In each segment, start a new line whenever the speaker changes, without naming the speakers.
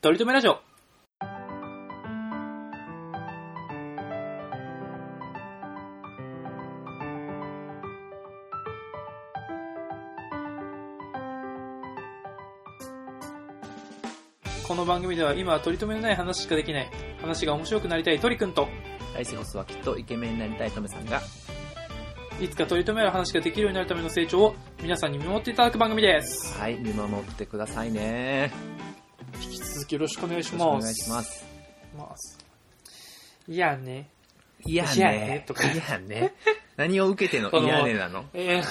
とりとめラジオ。この番組では今は取り留めのない話しかできない、話が面白くなりたい鳥くんと、
来世こそはきっとイケメンになりたいトメさんが、
いつか取り留めある話ができるようになるための成長を皆さんに見守っていただく番組です。
はい、見守ってくださいね。
引き続きよろしくお願いし
よろしく
ます。
お願いします。
ます。いやね。
いや
いやね
ね。
とか
いやね。何を受けての
この
いやねなの
えー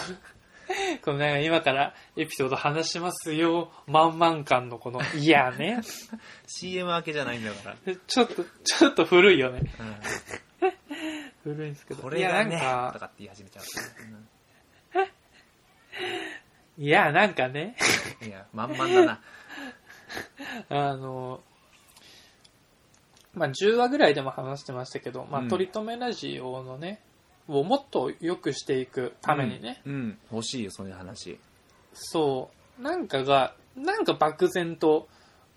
このね、今からエピソード話しますよ、満々感のこの、いやね。
?CM 明けじゃないんだから。
ちょっと、ちょっと古いよね。
う
古いんですけ
ん、
ど。
これがね、
いや、
と
なんか、
かって言い始めちゃう。
いや、なんかね、
うんいや、まんまんだな。
あの、まあ、10話ぐらいでも話してましたけど、まあ、
うん
取り留めラジオのね、をもっと良くしていくためにね、
うん。うん、欲しいよ、そういう話。
そう、なんかが、なんか漠然と、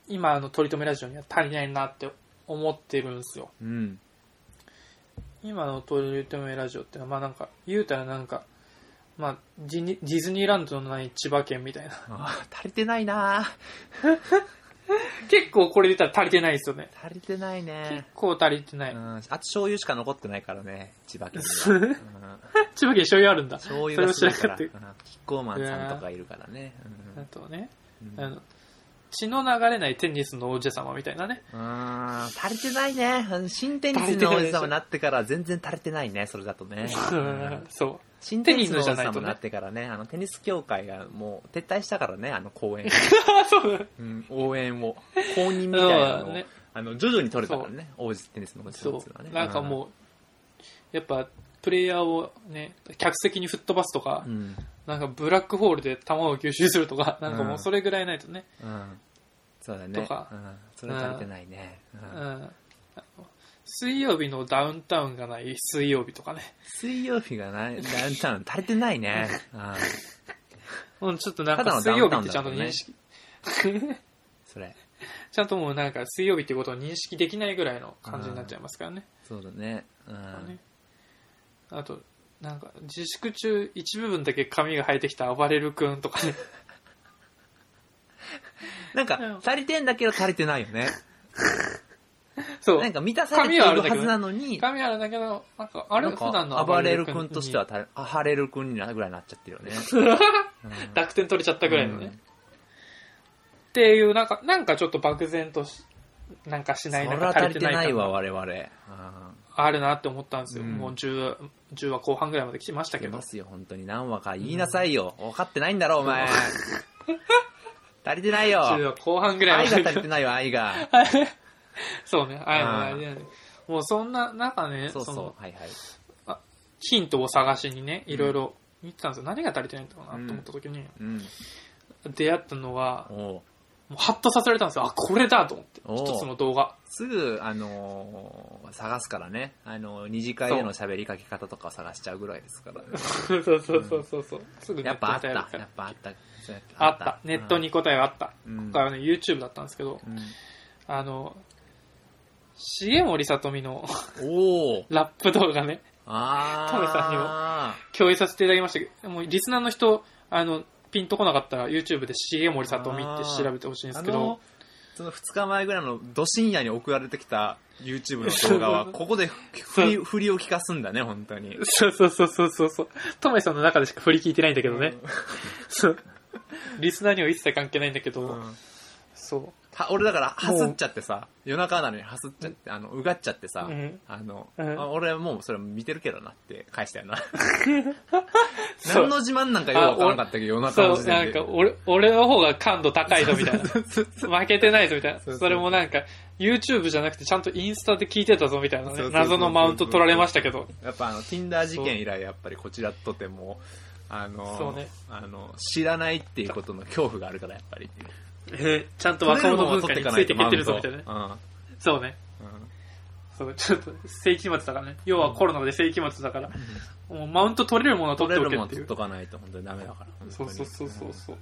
今の取り留めラジオには足りないなって思ってるんですよ。
うん。
今のトリートメラジオってのは、まあなんか、言うたらなんか、まあ、ディニディズニーランドのない千葉県みたいな。
あー足りてないな
結構これで言ったら足りてないですよね。
足りてない
結
ね。
構足りてな
う
い。
ん、あと醤油しか残ってないからね、千葉 県には。うん
千葉県醤油あるんだ。
醤油がすごいから、
そ
キ
れを
ッ
知
コーマンさんとかいるからね。
あとね、
うん
あの、血の流れないテニスの王子様みたいなね。
うん、足りてないね。うん新テニスの王子様になってから全然足りてないね、それだと ね。うん
そ
新テニスの王子様になってからね、あの、テニス協会がもう撤退したからね、あの公演、
う。そうだ
うん応援を。公認みたいなの
そう
を、
ね
あの、徐々に取れたからね、王子テニスの王子
そ
様っていうのはね。
う。なんかもう、やっぱ、プレイヤーをね、客席に吹っ飛ばすとか、
うん、うん。
なんかブラックホールで球を吸収するとか、なんかもうそれぐらいないとね、
うん。そうだね。
とか
うん。それは足りてないね。うん
うん水曜日のダウンタウンがない水曜日とかね。
水曜日がな、ダウンタウン足りてない ね。うん。
うん、ちょっとなん
ただ
か
のダ
水
ウ
曜
ン
日
タ
っ
ウ
てちゃんと
ンだもんね
認識、
それ。
ちゃんともうなんか水曜日ってことを認識できないぐらいの感じになっちゃいますからね。
そうだね。う
ね
ん。
あと、なんか自粛中一部分だけ髪が生えてきた暴れる君とか ね。
なん
うん
か、足りてんだけど足りてないよね。
そう
なん。か満たされているはずなのに、
髪あるんだけど、なんかあれ
なん
普段
か
の
暴
暴れ
れ
る
る
君
君としては。足り、暴れる君になるぐらいになっちゃってるよね。うん
濁点取れちゃったぐらいのね。っていう、なんか、なんかちょっと漠然とし、なんかし
うんそ
な
れ
い、なんか
は
足
足
り
り
て
て
ない
ない
感
わ、
が
我々。うん
あるなって思ったんですよ。
うん
もう 10, 10話後半ぐらいまで来ました
い
け
け
ど
ま。すよ、本当に。何話か言いなさいよ。分かってないんだろ、お前。足りて な
10
いよ。
話後半ぐらいま
愛が
で
足りてないよ、愛が。
そうね、あやのあ
うん
れだよねもうそんな中ね、
そう
の
そう、はいはい。
ヒントを探しにね、いろいろ見てたんですよ。何が足りてないんだろうなと思った時に、
うん。
出会ったのは、
おう
もうハッとさせられたんですよ。あ、これだと思って。
おう
一つの動画。
すぐ、あのー探すからね。あのー二次会での喋りかけ方とかを探しちゃうぐらいですからね。
そうそうそうそうそう。すぐネ
や
ッ
っ
ト
ぱあ
に
った。
答え
や
る
っ
から。
ぱあった。
あった。ネットに。答えはあった。
うん
今回はね、YouTube だったんですけど、
うん
あの、重森さとみの
おお。
ラップ動画ね、
ああ。
トメさんにも共有させていただきましたけど、もうリスナーの人、あの、ピンとこなかったら YouTube で重森さとみって調べてほしいんです
あ
けど
の、、その2日前ぐらいのど深夜に送られてきた YouTube の動画は、ここで振り、振りを聞かすんだね、本当に。
そうそうそうそうそうそう。トメさんの中でしか振り聞いてないんだけどね。そう。リスナーには一切関係ないんだけど、
うん
そう。
は俺だから、はすっちゃってさ、夜中なのにはすっちゃって、あの、うがっちゃってさ
うん、
あの、
うん
あ俺はもうそれ見てるけどなって返した よな。
そう
何の自慢なんかよくわからなかったけど、夜中
そ
の
う、
時点
なん
で。
か、俺、俺の方が感度高いぞみ たいな。負けてないぞみたいな。
そうそう
それもなんか、YouTube じゃなくてちゃんとインスタで聞いてたぞみたいな
そう
ね
そう。そうそう
謎のマウント取られましたけど。
やっぱあの Tinder 事件以来やっぱりこちらとてもあの
そうね
あの知らないっていうことの恐怖があるからやっぱり
ちゃんと若者文化についていけてるぞみたいなね。
な
そうね。そう、ちょっと、世紀末だからね。要はコロナで世紀末だから、もうマウント取れるものは取って
取れ
お
る
け
も
っ
ん
てい
取っ
う。
とかないと本当にダメだから本当
そう
に
そうそうそうそう。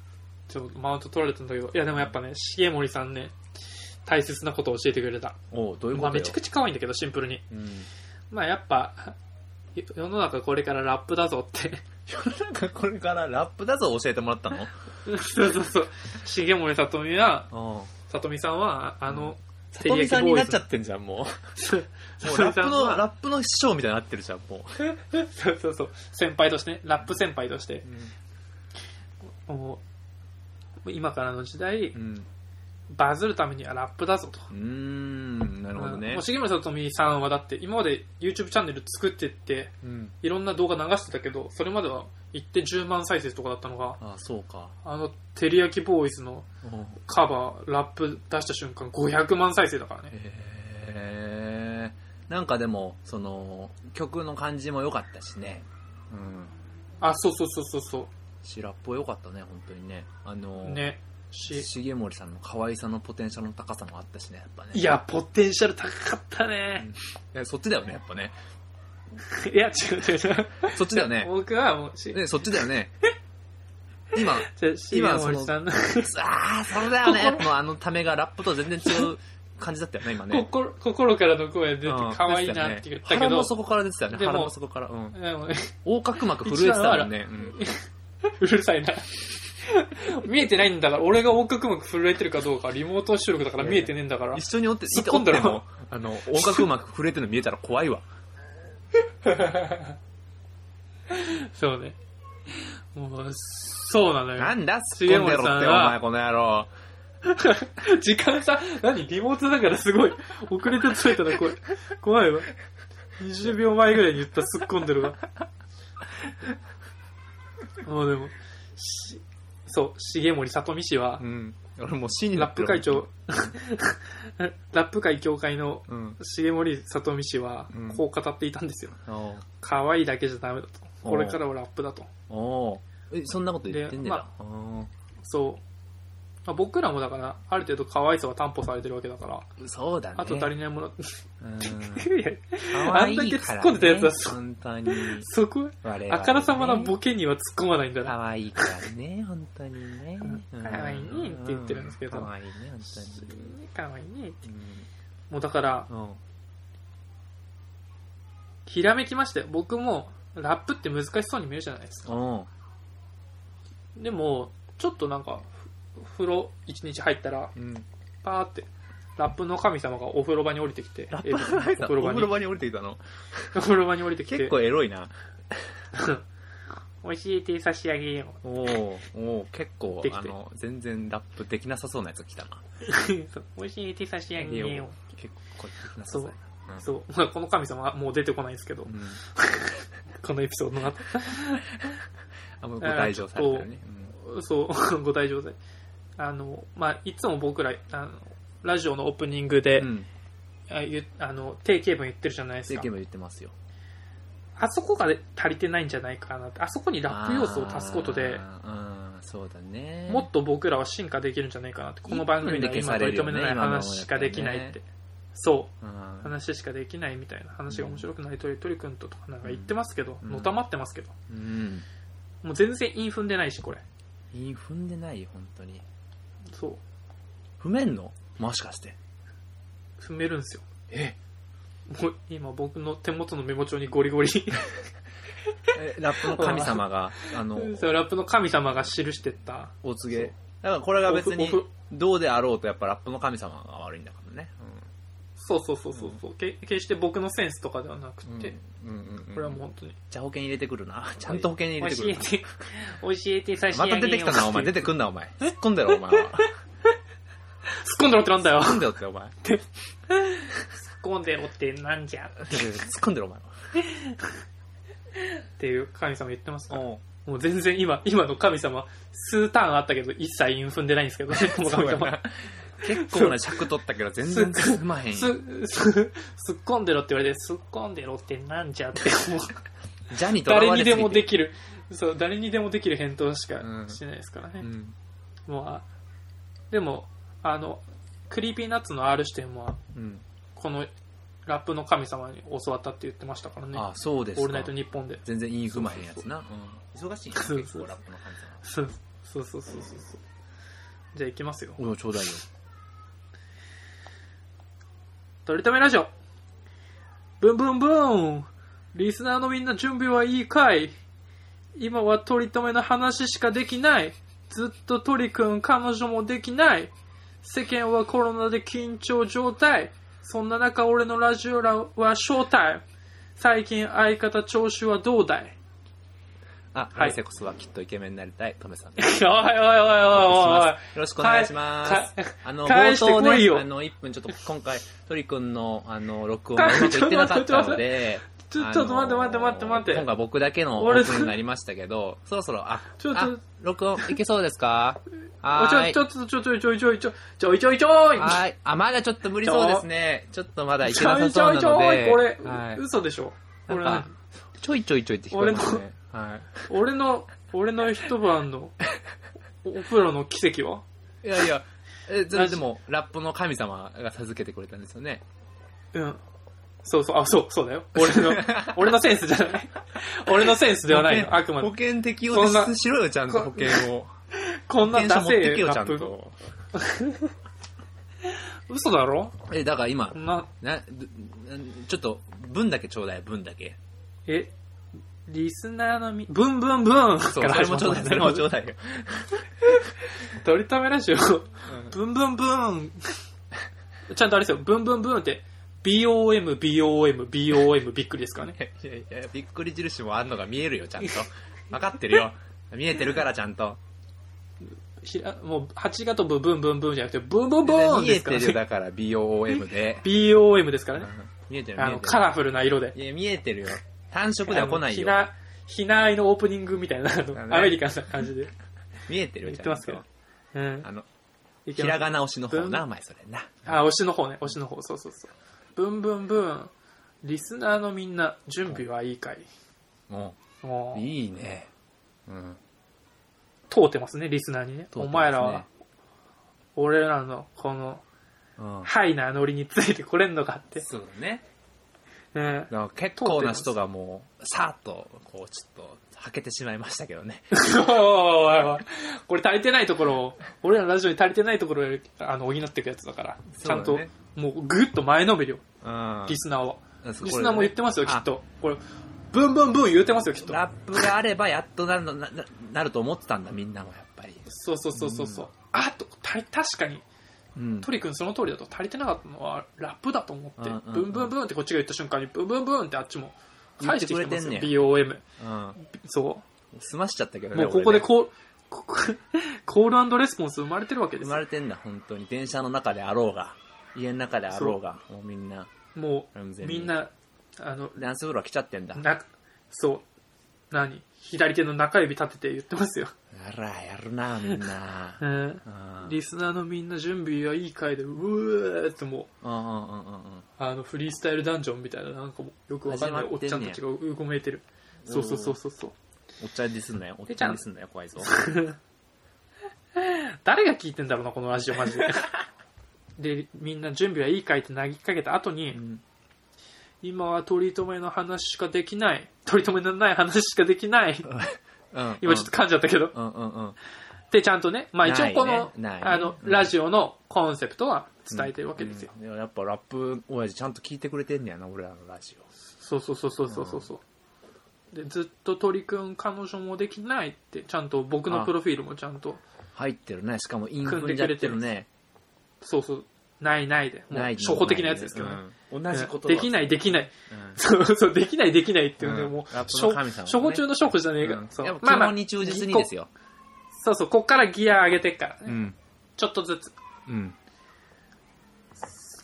ちょっとマウント取られたんだけど、いやでもやっぱね、重森さんね、大切なことを教えてくれた。
おうどういうこ
まあ、
と
め
よ
ちゃくちゃ可愛いんだけど、シンプルに。
うん
まあ、やっぱ、よ世の中これからラップだぞ って。
なんかこれからラップだぞ教えてもらったの
そうそうそう。重森さとみは、
うん
さとみさんは、あの、
里見さんにな っちゃ
て。
ってんじゃんもうもう
さと
ラ
み
ッ
さ
プ
ん
の
は
ラップの師匠みたいになってるじゃんもう
そうそうそう。先輩としてね、ラップ先輩として。もう、今からの時代、
うん
バズるためにはラップだぞと。
うーんなるほど
うん
ね
もう重村さとみさんはだって、今まで YouTube チャンネル作ってって、
うん
いろんな動画流してたけど、それまでは行って10万再生とかだったのが、
あそうか
あの、テリヤキボーイズの
うん
カバー、ラップ出した瞬間500万再生だからね。
へえなんかでもその曲の感じも良かったしねうん
あ、そうそうそうそうそ
しラップは良かったね本当にねあの
う。ね。し、
重森さんの可愛さのポテンシャルの高さもあったしねやっぱね
いや、ポテンシャル高かったね。
いやそっちだよねやっぱね
いや、違う違う違う。
そっちだよ ね
僕はもう、し、
ねそっちだよね 今
じゃあシー
今
モリさんの
ああそれだよねのあのためがラップと全然違う感じだったよね今ね
心心からの声出て
うん
可愛いなって言ったけ
腹
ど、
もそこから出てたよね
でも
腹もそこから、うん、
でもね
横隔膜震えてたもんね、うん
うるさいな。見えてないんだから、俺が横隔膜震えてるかどうか、リモート収録だから見えてねえんだから。
一緒におって、
突っ
いて
込
お
ん
っ
だ
て
ろ
も、あの、横隔膜触れてるの見えたら怖いわ。
そうね。もう、そうなの
な
よ。
んだ、突っ込んでろ
重森
って、
さ
お
んは
前、この野郎。
時間差、何リモートだからすごい。遅れてついたな、これ。怖いわ。20秒前ぐらいに言った突っ込んでる わ。もうでも、し、そう、重森里美氏は
う、ん。俺もう死にな
ラッ
って
プ
る
会長、 ラップ会協会の
うん。
重森里美氏は
うん、
こう語っていたんですよ。
おう
可愛いだけじゃダメだと。
おう
これからはラップだと。
おうえ、そんなこと言ってんね
で
や。
ま
あー
そう。まあ、僕らもだから、ある程度可愛さは担保されてるわけだから、
そうだね。
あと足りないもの、
うん。
いや
可愛いからね
あんだけ突っ込んでたやつはそう
本当に。
そこ、
我々ね
あからさまなボケには突っ込まないんだな。
可愛いからね、本当にね。
う
うんん
可愛いねって言ってるんですけど
可愛いね、本
かわいいね。
当に。
もうだから、
うん。うん
ひらめきましたよ。僕も、ラップって難しそうに見えるじゃないですか。
おう。
でも、ちょっとなんか、ふ風呂一日入ったら、
うん。
パーって、ラップの神様がお風呂場に降りてきて、
ラッ
エ
プ
ブリンが
の
お
挨拶お
風呂場
風
に
呂、場に降りてきたの
お風呂場に降りてきて、
結構エロいな。
教えて差し上げよ
おおおお結構
でき
あ
て
の全然ラップできなさそうなやつ来たな
う。 教えて差し上げよ
結構できなさそうやな
う。そう。まあこの神様はもう出てこないんですけど
う、ん、うん、
このエピソードの後。
あもうご退場されたよね、
そう、 ご大丈夫で。あの、まあ、いつも僕ら、あの、ラジオのオープニングで、
うんうん
あゆあの定型文言ってるじゃないです
世
か
間。も言ってますよ
あそこが足りてないんじゃないかなって。あそこにラップ要素を足すことで、
あーうんそうだね
もっと僕らは進化できるんじゃないかなって。この番組では今取り留めのない話しかできないって。そう。
うん
話しかできないみたいな話が面白くないとりとりくんととかなんか言ってますけど、
うん
のたまってますけど、
うん
もう全然韻踏んでないし、これ。
いい踏んでないよ本当に
そう。
踏めんのもしかして
踏めるんですよ。
え
もう今僕の手元のメモ帳にゴリゴリ、
えラップの神様 があの
そうラップの神様が記してった。
お告
そ
げだからこれが別に
おお
どうであろうとやっぱラップの神様が悪いんだからね、うん
そうそうそうそうそう、け。決して僕のセンスとかではなくて、
うんうんうんうん
これはもう本当に。
じゃあ保険入れてくるな。ちゃんと保険に
教
入れてく
え
るな。
て、教えて最初
また出てきたな、お前。出てくんな、お前。突っ込んでろ、お前は。
突っ込んでろってなんだよ。
突っ
突っ
込んでろって、お前。
込んでろってなんじゃっ
突っ込んでろ、お前は。
ていう神様言ってますから。
お
もう全然今、今の神様、数ターンあったけど、一切韻踏んでないんですけど、ね、この
そ
神
うや
様
な。結構な尺取ったけど、全然進まへん
す、
よ。
す、突っ込んでろって言われて、突っ込んでろってなんじゃって、 もう、
ジャニとら
誰
われ
にで
すぎて
もできる、そう、誰にでもできる返答しか
うん
しないですから
う
ね。
ん。
もうあ、でも、あの、クリーピーナッツの R 視点は、
うん。
このラップの神様に教わったって言ってましたからね。
あ、そうで
オー
す
ルナイ
か
ト。ニッポンで。
全然イン踏まへんやつな。うん忙しい
そ
な、
うそう
結構ラップの神
そうそうそうそうそうそう。じゃあ行きますよ。
様。おうちょうだいよ。
取り留めラジオブンブンブーンリスナーのみんな準備はいいかい今は取り留めの話しかできないずっと鳥くん彼女もできない世間はコロナで緊張状態そんな中俺のラジオラはショータイム最近相方調子はどうだい
あ、
はい
来世こそはきっとイケメンになりたい、トメさんで
おい
す。
おいおいおいおい
よろしくお願いします。
かえ
あの、
返
冒
してこ
頭ね、
いよ
あの、1分ちょっと今回、鳥くんの、あの、録音がうまくいってなかったので、
ちょちょっと待って待って待って待って
あの今回僕だけのオ
俺
ープンになりましたけど、そろそろ、あ、
ちょっと
あ録音いけそうですかは
お
ー
い
い。
ちょちょっとちょちょいちょいちょいちょいちょいちょいちょい
はーい。あ、まだちょっと無理そうですね。ちょっとまだいけ
ち
な
ょ
さ
いち
そ
ょ
うない
ち
の
ょい
で。
これ、
はい。
嘘でしょこ
なん
れ
か、ちょいちょいちょいって聞こえますね。はい。
俺の俺の一晩のおお風呂の奇跡はい
やいや、え、そ
マ
れ
ジ
でも、ラップの神様が授けてくれたんですよね。
うんそうそうあそうそうだよ俺の 俺のセンスじゃない俺のセンスではないのあくまで
保険適
そ
用
んな
しろよ、ちゃんと
こ
保険を。
こん
保
な
険証
ダ
持っ
セ
て
え
けよ、ち
ラッ
ゃん
プ
と。
嘘だろ
え、だから今
こ、んな
な、どちょっと、分だけちょうだい、分だけ。
えリスナーのみブンブンブン
そ
か
う、
ら
それ
始ま
も
っ
ち
た
ょ
ん
う
だけ
だい、それ
ど
もちょうだいよ。
取りためラジオブンブンブーン。ちゃんとあれですよ、ブンブンブーンって、BOM、BOM、BOM、びっくりですからね。
いやいや、びっくり印もあんのが見えるよ、ちゃんと。分かってるよ。見えてるから、ちゃんと。
ひらもう、8がとブブンブンブンじゃなくて、ブンブンブーン
見
で
え
すか
て
ら
るよ、
ね。
だから BOOM で。
BOM ですからね。
見えてる、
あ
見え
の、
て
カラフルな色で。
る。いや、見えてるよ。単色では来ない
ひ
よ。
な、ひなあいのオープニングみたいな、あ
だ
の
ね
アメリカンな感じで
見えてる
言っ
よ、
て
ちゃん
ますけ
と
ど。。うん。
あの、
い
ひ
け
ら
ます
がな推しの方な、お前それな。
あ、推しの方ね、推しの方、そうそうそう。ブンブンブーン。リスナーのみんな、準備はいいかい
も
も
う、
う、
いいね。うん。
通ってますね、リスナーにね。お前らは、俺らのこの
うん。
ハイなノリについてこれんのかって。
そうだね。
うん。
だから結構な人がもう、さーっと、こう、ちょっと、はけてしまいましたけど ね。
おいおい これ足りてないところを、俺らのラジオに足りてないところをあの補っていくやつだから、ちゃん
そ
と
うだね、
もうぐっと前のめりよ、
うん。
リスナーは。
うん
リスナーも言ってますよ、
こ
き
れ
っと。これ、ブンブンブン言うてますよ、きっと。
ラップがあれば、やっとなるのなななると思ってたんだ、みんなもやっぱり。
そうそうそうそうそう。あと、た確かに、
うん
ト。リ君その通りだと足りてなかったのはラップだと思って
うんうん、うん
ブンブンブンってこっちが言った瞬間に、ブンブンブンってあっちも返してきてますよ、
言ってくれ
BOM。
うん。
そう。
済ましちゃったけどね。
もうこ こで
俺ね
コール、ここコールレスポンス生まれてるわけで
生
す
ま
よ。
れてんだ、本当に。電車の中であろうが、家の中であろうが、もうみんな、
も
完
う、
全に
みんな、あの、
ダンスフロア来ちゃってんだ。
な、そう、何左手の中指立てて言ってますよ。
あら、やるな、みん な。
うん
うん
リスナーのみんな準備はいい回で、うーってもう、
うんうんうんうん
あの、フリースタイルダンジョンみたいな、なんかもうよくわかんない
始
お
ま
っ
ってんね
ちゃんたちがうごめいてる。そうそうそうそうそう。
おっちゃんにすんなよ。おっ
で
ちゃんにすんなよ、怖いぞ。
誰が聞いてんだろうな、このラジオ、マジで。 で、みんな準備はいいかいって投げかけた後に、
うん
今は取り留めの話しかできない。取り留めのない話しかできない。
うん
今ちょっと噛んじゃったけど。
うんうんうん。
で、ちゃんとね、まあ一応こ
ない
の
ね、ないね
あの、
うん
ラジオのコンセプトは伝えてるわけですよ。
うん。いややっぱラップ親父ちゃんと聞いてくれてんねやな、俺らのラジ
そうそうそうそうそうそう。うで、ずっと鳥くん彼女もできないって、ちゃんと僕のプロフィールもちゃんと、
オ。入ってるね。しかもインフンじゃってるね。
そうそう、ないないで、もう
ない
初歩的なやつですけどね。
うん同じこと
できないできない。
い
そうそう、できないできないっていうので、
うん
もう、
ラップ
初
の神様ね
初歩中の初歩じゃねえか。そう
やっぱ
まあ
基
まあ
本に忠実にですよ。
そうそう、こっからギア上げてっからね。
ん。
ちょっとずつ。
うん。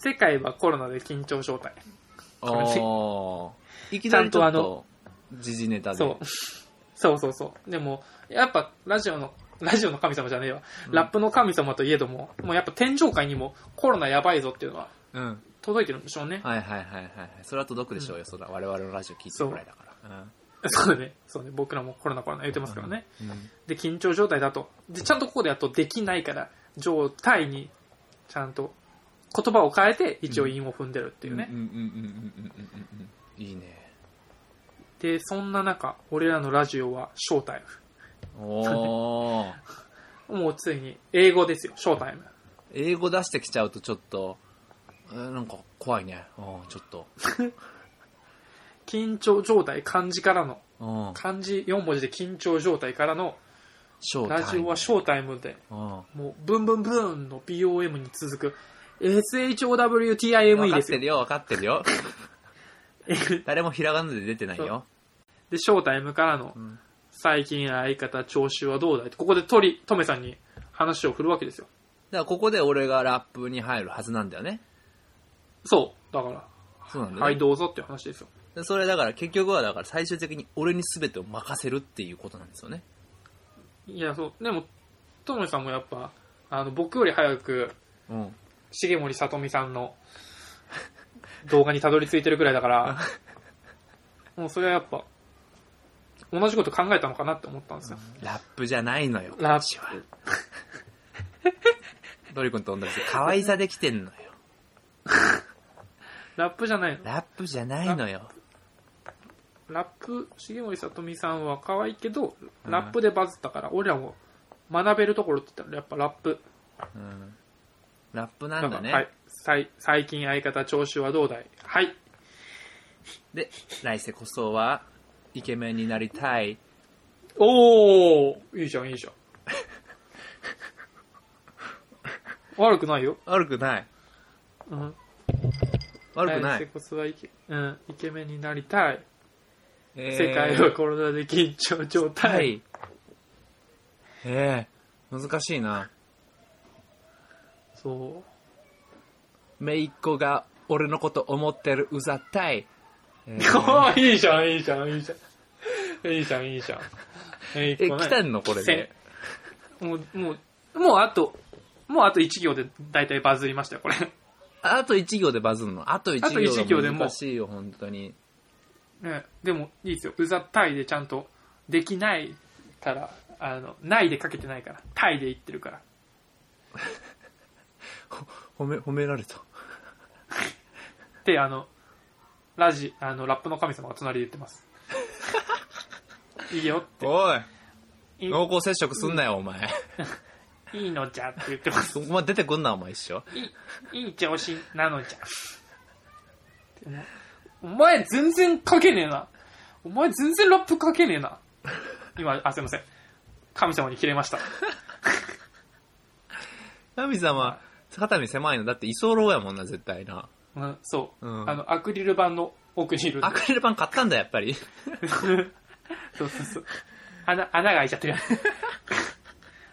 世界はコロナで緊張状態。
おー。いきなりち
ち
ょ
ゃん
っ
と
と、時事ネタで。
そう。そうそうそう。でも、やっぱ、ラジオの、ラジオの神様じゃねえわ。
うん
ラップの神様といえども、もうやっぱ天上界にもコロナやばいぞっていうのは
うん。
届いてるんでしょうね。
はいはいはいはい。それは届くでしょうよ、そら。我々のラジオ聞いてるくらいだから。
そうね。そうね。僕らもコロナコロナ言ってますからね。
うん。
で、緊張状態だと。で、ちゃんとここでやっとできないから、状態に、ちゃんと言葉を変えて、一応韻を踏んでるっていうね。
うんうんうんうんうんうんうんうん。いいね。
で、そんな中、俺らのラジオはショータイ
おー。
ム。もうついに、英語ですよ、ショータイム。
英語出してきちゃうとちょっと、えーなんか怖いね。うん、ちょっと。
緊張状態、漢字からの、
うん。
漢字4文字で緊張状態からの、
正体。
ラジオはショータイムで、
うん。
もう、ブンブンブンの BOM に続く、SHOWTIME
分か
で
っ
す
て
よ。
るよ、分かってるよ。誰もひらがなで出てない
そう
よ。
で、ショータイムからの
ん、
最近相方調子はどうだいって、ここでトリ、トメさんに話を振るわけですよ。
だからここで俺がラップに入るはずなんだよね。
そう。だから、
そうなんだよ、ね。
はい、どうぞっていう話ですよ。
でそれだから結局はだから最終的に俺に全てを任せるっていうことなんですよね。
いや、そう。でも、トメさんもやっぱ、あの、僕より早く、
うん。
重森さとみさんの動画にたどり着いてるくらいだから、もうそれはやっぱ、同じこと考えたのかなって思ったんですよ。
ラップじゃないのよ。
ラップ。
ドリ君と同じで可愛さできてんのよ。
ラップじゃないの。
ラップじゃないのよ。
ラップ、重森さとみさんは可愛いけど、ラップでバズったから、俺らも学べるところって言ったらやっぱラップ。
うん。ラップなんだね。
はい。さい最近相方調子はどうだいはい。
で、来世こそはイケメンになりたい。
おーいいじゃん、いいじゃん。悪くないよ。
悪くない。
うん。
悪くない
セ。コスはイケ,、うん、イケメンになりたい。
えー
世界はコロナで緊張状態。
はい。ええ難しいな。
そ
めいっ子が俺のこと思ってるうざったい。え
う。
ー
いいじゃん、いいじゃん、いいじゃん。いいじゃん、いいじゃん。え
え、来たんのこれで。
もう、もう、もうあと、もうあと1行で大体バズりましたよ、これ。
あと1行でバズるの。あと
あと一
1
行
行
で
で
もう
難しいよ、本当に。
ね、でも、いいですよ。うざたいでちゃんと、できないから、あの、ないでかけてないから、たいで言ってるから。
褒め、褒められた。
で、あの、ラジ、あの、ラップの神様が隣で言って ます。いいよ、
おい
い
濃厚接触すんなよ、お前。
いいのじゃって言って ます。
そこまで出てく んな、お前一緒。
いい、いい調子なのじゃ。でもお前全然書けねえな。お前全然ラップ書けねえな。今、あ、すいません。神様に切れました。
神様、肩身狭いの。だって居候やもんな、絶対な。
うん、そう、
うん
あの、アクリル板の奥にいるんで
アクリル板買ったんだ、やっぱり。
そうそうそう。穴、穴が開いちゃ ってる。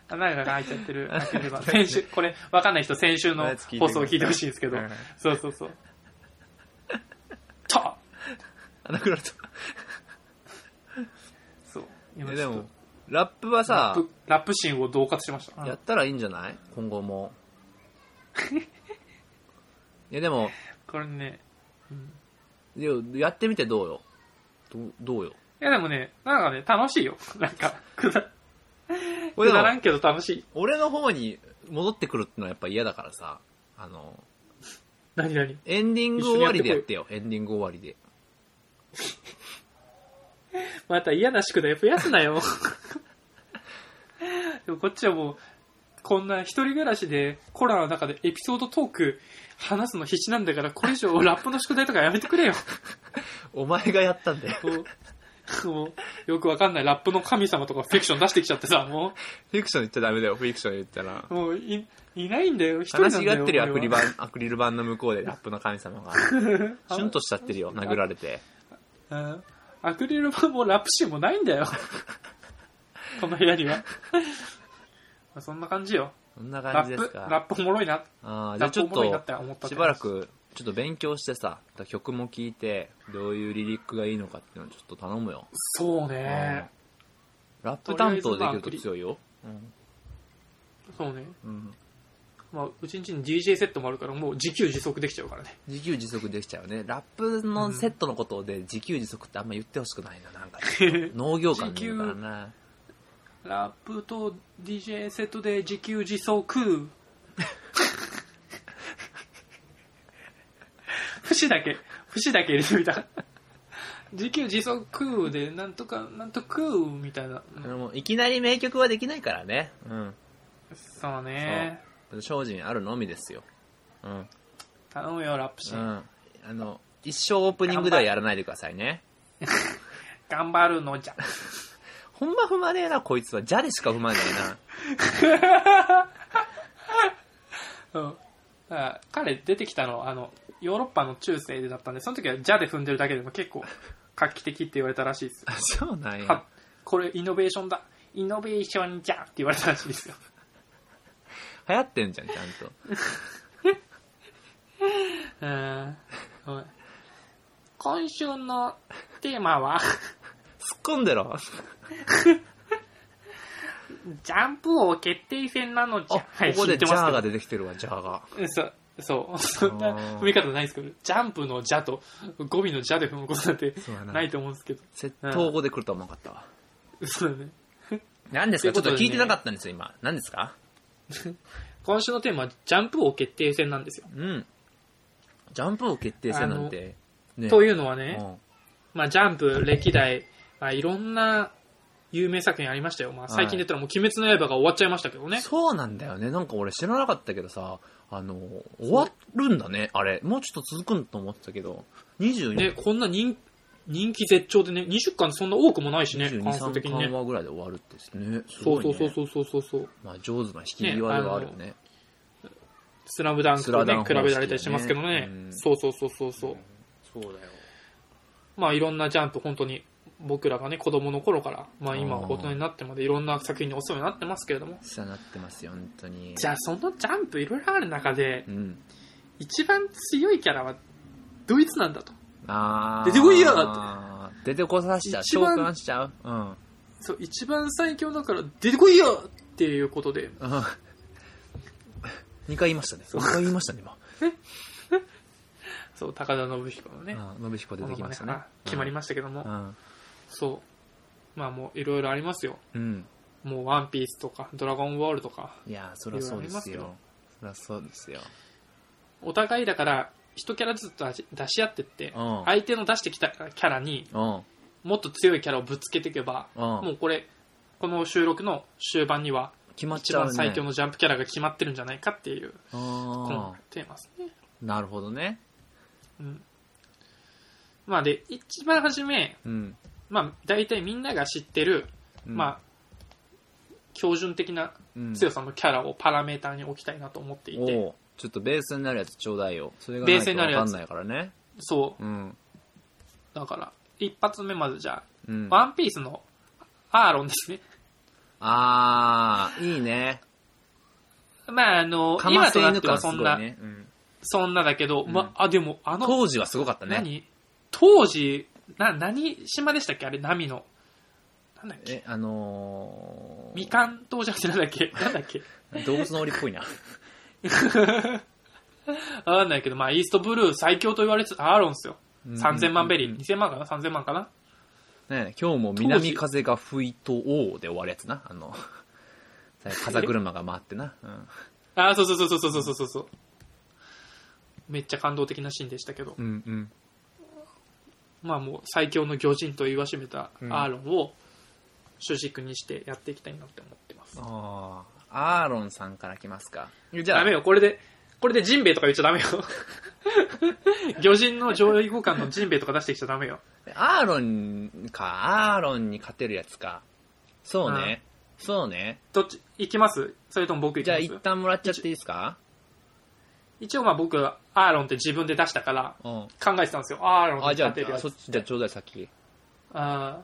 穴が開いちゃってる。開ければ先週、これ、わかんない人、先週の
やつ聞いてく
放送
ださい
を聞いてほしいんですけど
はい。
そうそう そう。と
穴くられた。
そう。今
え
ち
で
ょっと
も、ラップは
ラ
さ
ッ、プ、ラップシーンを同喝しました。
やったらいいんじゃない今 後も。いや、でも、
これね。
いややってみてどうよ。どうどうよ。
いやでもね、なんかね、楽しいよ。 なんか、くだ、
これ
く
で
だ
も
らんけど楽しい。
俺の方に戻ってくるってのはやっぱ嫌だからさ、あの、
何何
エンディング終わりでやってよ、エンディング終わり で。
また嫌な宿題増やすな よ。でもこっちはもう、こんな一人暮らしでコロナの中でエピソードトーク話すの必死なんだから、これ以上ラップの宿題とかやめてくれよ。
お前がやったんだよ。
もうもうよくわかんないラップの神様とかフィクション出してきちゃってさ、も
フィクション言っちゃダメだよ、フィクション言ったら
う、。もういいないんだよ。一人なん
悲
だ
し
よ。
がってるよ、アク
俺
リル
は
板、アクリル板の向こうでラップの 神様が。シュンとしちゃってるよ、殴られて。
うんアクリル板もラップシーンもないんだよ。 この部屋には。まあそんな感じよ。
そんな
ラ
感じ
ッ
です
プ、
か。
ラップおもろいな。
あーじゃ
ラッ
あ
プ
ち
お
ょっ
もろいなって
と、
思ったって話
しばらく、ちょっと勉強してさ、曲も聴いて、どういうリリックがいいのかっていうのをちょっと頼むよ。
そうね。
ラップ担当できると強いよ。うん
そうね。
うん
まあ、うちんちに DJ セットもあるから、もう自給自足できちゃうからね。
自給自足できちゃうね。ラップのセットのことで自給自足ってあんま言ってほしくないな、なんか。農業感出るからな。
ラップと DJ セットで自給自足。 節だけ、節だけ入れてみた。自給自足で、なんとか、なんとくみたいな。
あのもういきなり名曲はできないからね。うん。
そうね。
精進あるのみですよ。うん。
頼むよ、ラップシ
う
ーン。
ん。あの、一生オープニングではやらないでくださいね。
頑張るのじゃ。
ほんま踏まねえな、こいつは。じゃでしか踏まねえな。
うん。だから彼出てきたの、あの、ヨーロッパの中世でだったんで、その時はジャで踏んでるだけでも結構画期的って言われたらしいですよ。
あ そうなんや
は。これイノベーションだ。イノベーションじゃんって言われたらしいですよ。
流行ってんじゃん、ちゃんと。
うーん。はい今週のテーマは、
突っ込んでろ。
ジャンプ王決定戦なのじ
あ、
ゃ。
こ
はい、
こ
知
で
って
ジ
ます
ャーが出てきてるわ、ジャーが。
うんそう、そう。そんな踏み方ないですけど、ジャンプのジャと語尾のジャで踏むことなんて
そうやな
ないと思うんですけど。
窃盗語で来るとは思わなかったわ。
そうだね。
何ですか
と
ち
い
ょ
うことで
っと
ね
聞いてなかったんですよ、今。何ですか
今週のテーマはジャンプ王決定戦なんですよ。
うん。ジャンプを決定戦なんて。ね
というのは
う
ね、
ん
まあ、ジャンプ歴代、まあ、いろんな有名作品ありましたよ。まあ、最近で言ったらもう鬼滅の刃が終わっちゃいましたけどね。
そうなんだよね。なんか俺知らなかったけどさ、あの、終わるんだね、あれ。もうちょっと続くんと思ってたけど、24、
ね、こんな人人気絶頂でね、20巻そんな多くもないしね、
22、
感想的
3
にね
巻。話ぐらいで終わるってですね。す
そ
ご
う
い
そ
ね
うそうそうそうそう。
まあ上手な引き際ではあるよね。
スラムダンクとね、比
スラダン方式ね
べられたりしますけどね
う。ん
そうそうそうそうそう。
そうだよ。
まあいろんなジャンプ本当に僕らがね子供の頃から、まあ、今
うん
大人になってまでいろんな作品にお世話になってますけれども
さなってますよ、本当に。
じゃあそのジャンプいろいろある中で
うん。
一番強いキャラはドイツなんだと
あー
出てこいや
出てこさしちゃう。
一
召
番
喚しちゃううん。
そう一番最強だから出てこいよっていうことで
うん2回言いましたね。
そう
2回言いましたね、今。
そう高田信彦のね
うん信彦出てきました
も
ね
のが。決まりましたけども、
うん。
そうまあもういろいろありますよ
うん。
もうワンピースとかドラゴンボールとか
いやー、そりゃそうです
いろいろあ
よ。そりゃそうですよ。
お互いだから一キャラずつ出し出し合ってって
うん
相手の出してきたキャラに
うん。
もっと強いキャラをぶつけていけば
う
も
ん。
うこれ、この収録の終盤には、
決まっ
一
ちゃうね。
番最強のジャンプキャラが決まってるんじゃないかっていう、こ
あ
のテーマですね。
ーなるほどね。
うん。まあで、一番初め、
うん。
まあ大体みんなが知ってる、まあ、標準的な
あ
強さ
さ
のキャラをパラメーターに置きたいなと思っていて、
おうちょっとベースになるやつちょうだいよ。それがない
ベース
と
になる
わ
や
か
つ
んないからね。
そ
うん。
う。だから、一発目まずじゃあ、
うん。
ワンピースのアーロンですね。
あー、いいね。
まああの、
かま
今
せ
となっ
犬
ては
感
そ
す
ん
ご
な、
いね。うん
そんなだけど、まあ、あでもあの
当時はすごかったね。
何当時な何島でしたっけあれ波のなんだっけ
え、あの
みかん島じゃなくてなんだっけ なんだっけ
ー、動物の檻っ ぽいな。
わかんないけど、まあ、イーストブルー最強と言われてたアーロンっすよ。3000万ベリ
うん
ー。2000万かな ?3000 万かな
ね、今日も南風が吹いとおうで終わるやつな。あの、風車が回ってな。うん
あー、そうそうそうそうそうそうそうそう。めっちゃ感動的なシーンでしたけど、
うんうん。
まあもう最強の魚人と言わしめた
うん
アーロンを主軸にしてやっていきたいなって思ってます。
ああ、アーロンさんから来ますか。じゃ
ダ
あ
メ、よ、これで、これでジンベエとか言っちゃダメよ。魚人の上位互換のジンベエとか出してきちゃダメよ。
アーロンか、アーロンに勝てるやつか。そうね。そうね。
どっち、行きますそれとも僕行
じゃあ
き
一
ます
旦もらっちゃっていいですか
一応まあ僕、アーロンって自分で出したから、
うん。
考えてたんですよ。アーロン
あ、
に
じゃ
勝てるや
あ、あそ
つ
っ。ち、じゃあちょうだい先。
あ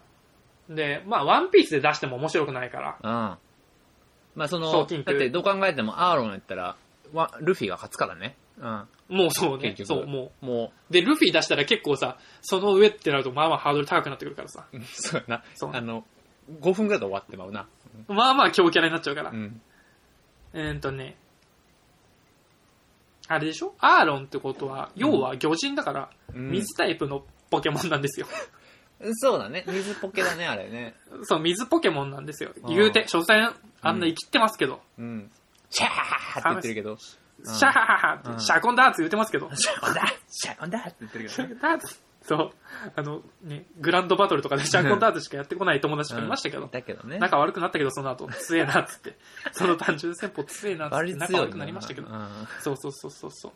ーで、まあワンピースで出しても面白くないから。
うん。まあそ
そ
の、
う緊急
だってどう考えてもアーロンやったら、わルフィが勝つからね。うん。
もうそうね
結。局。
そう、も
う。も
う。で、ルフィ出したら結構さ、その上ってなるとまあまあハードル高くなってくるからさ。
う、 そうや
そう
な。あの、5分ぐらいで終わってまうな。
まあまあ強キャラになっちゃうから。う
うん。
ーんとね。あれでしょアーロンってことは、要は魚人だから、
うん
水タイプのポケモンなんですよ。
そうだね。水ポケだね、あれね。
そう、水ポケモンなんですよ。
あー
言うて、所詮、あんな生きってますけど。
うん。シャーって言ってるけど。うん
シャハハハっ
う
て、
ん
シャコンダーツ言うてますけど。
シャコンだシャコンだって言ってるけ
シ
ど
ャコ
ね。
ンダーツそう。あの、ね、グランドバトルとかでシャコンダーツしかやってこない友達とかいましたけど。
だけどね。
仲悪くなったけど、その後、強えなっつって。その単純戦法強えなっつって、
割り
仲
強い
悪くなりましたけど
う。ん
そうそうそうそうそう。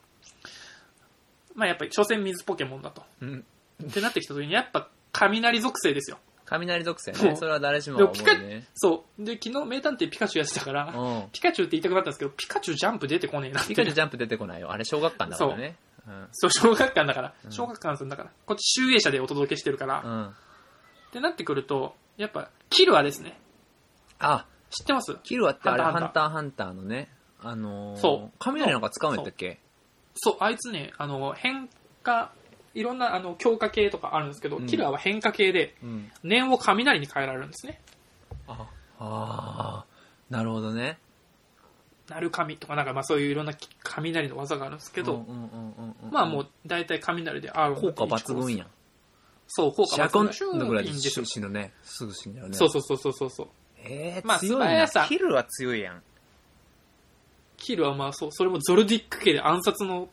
まあやっぱり、所詮水ポケモンだと。
うん。
ってなってきた時に、やっぱ、雷属性ですよ。
雷属性
そう
ね。それは誰しも
で
が
も
思
ピカ
うね。
そう。で、昨日名探偵ピカチュウやってたか
う
ら、
ん。
ピカチュウって言いたくなったんですけど、ピカチュウジャンプ出てこねえなって。
ピカチュウジャンプ出てこないよ。あれ小学館だからね。うん。
そう、小学館だから
う。ん
小学館さんだから。こっち集英社でお届けしてるから。っ
うん。
てなってくると、やっぱ、キルアですね。
あ、
知ってます
キルアってあれ、
ハ
ハ
ン
ン
タ
ターハンターのね、あのー、
そう。
雷なんか使うんやったっけ
そう、あいつね、あの、変化、いろんな、あの、強化系とかあるんですけど、
うん
キルアは変化系で、
うん。
念を雷に変えられるんですね。
ああー、なるほどね。
なる神とか、なんかまあそういういろんな雷の技があるんですけど、
うんうんうんうんうん
まあもう、大体雷である
効果抜群やん。
そう、効
シ
果
ャコン
抜群。
のぐらいで
いいんですよ。
死ぬね。すぐ死んじゃうね。
そうそうそうそうそうそう。
え
まあ
ー、強
素
い
早
な。
さ
キルは強いやん。
キルはまあそう、それもゾルディック系で暗殺の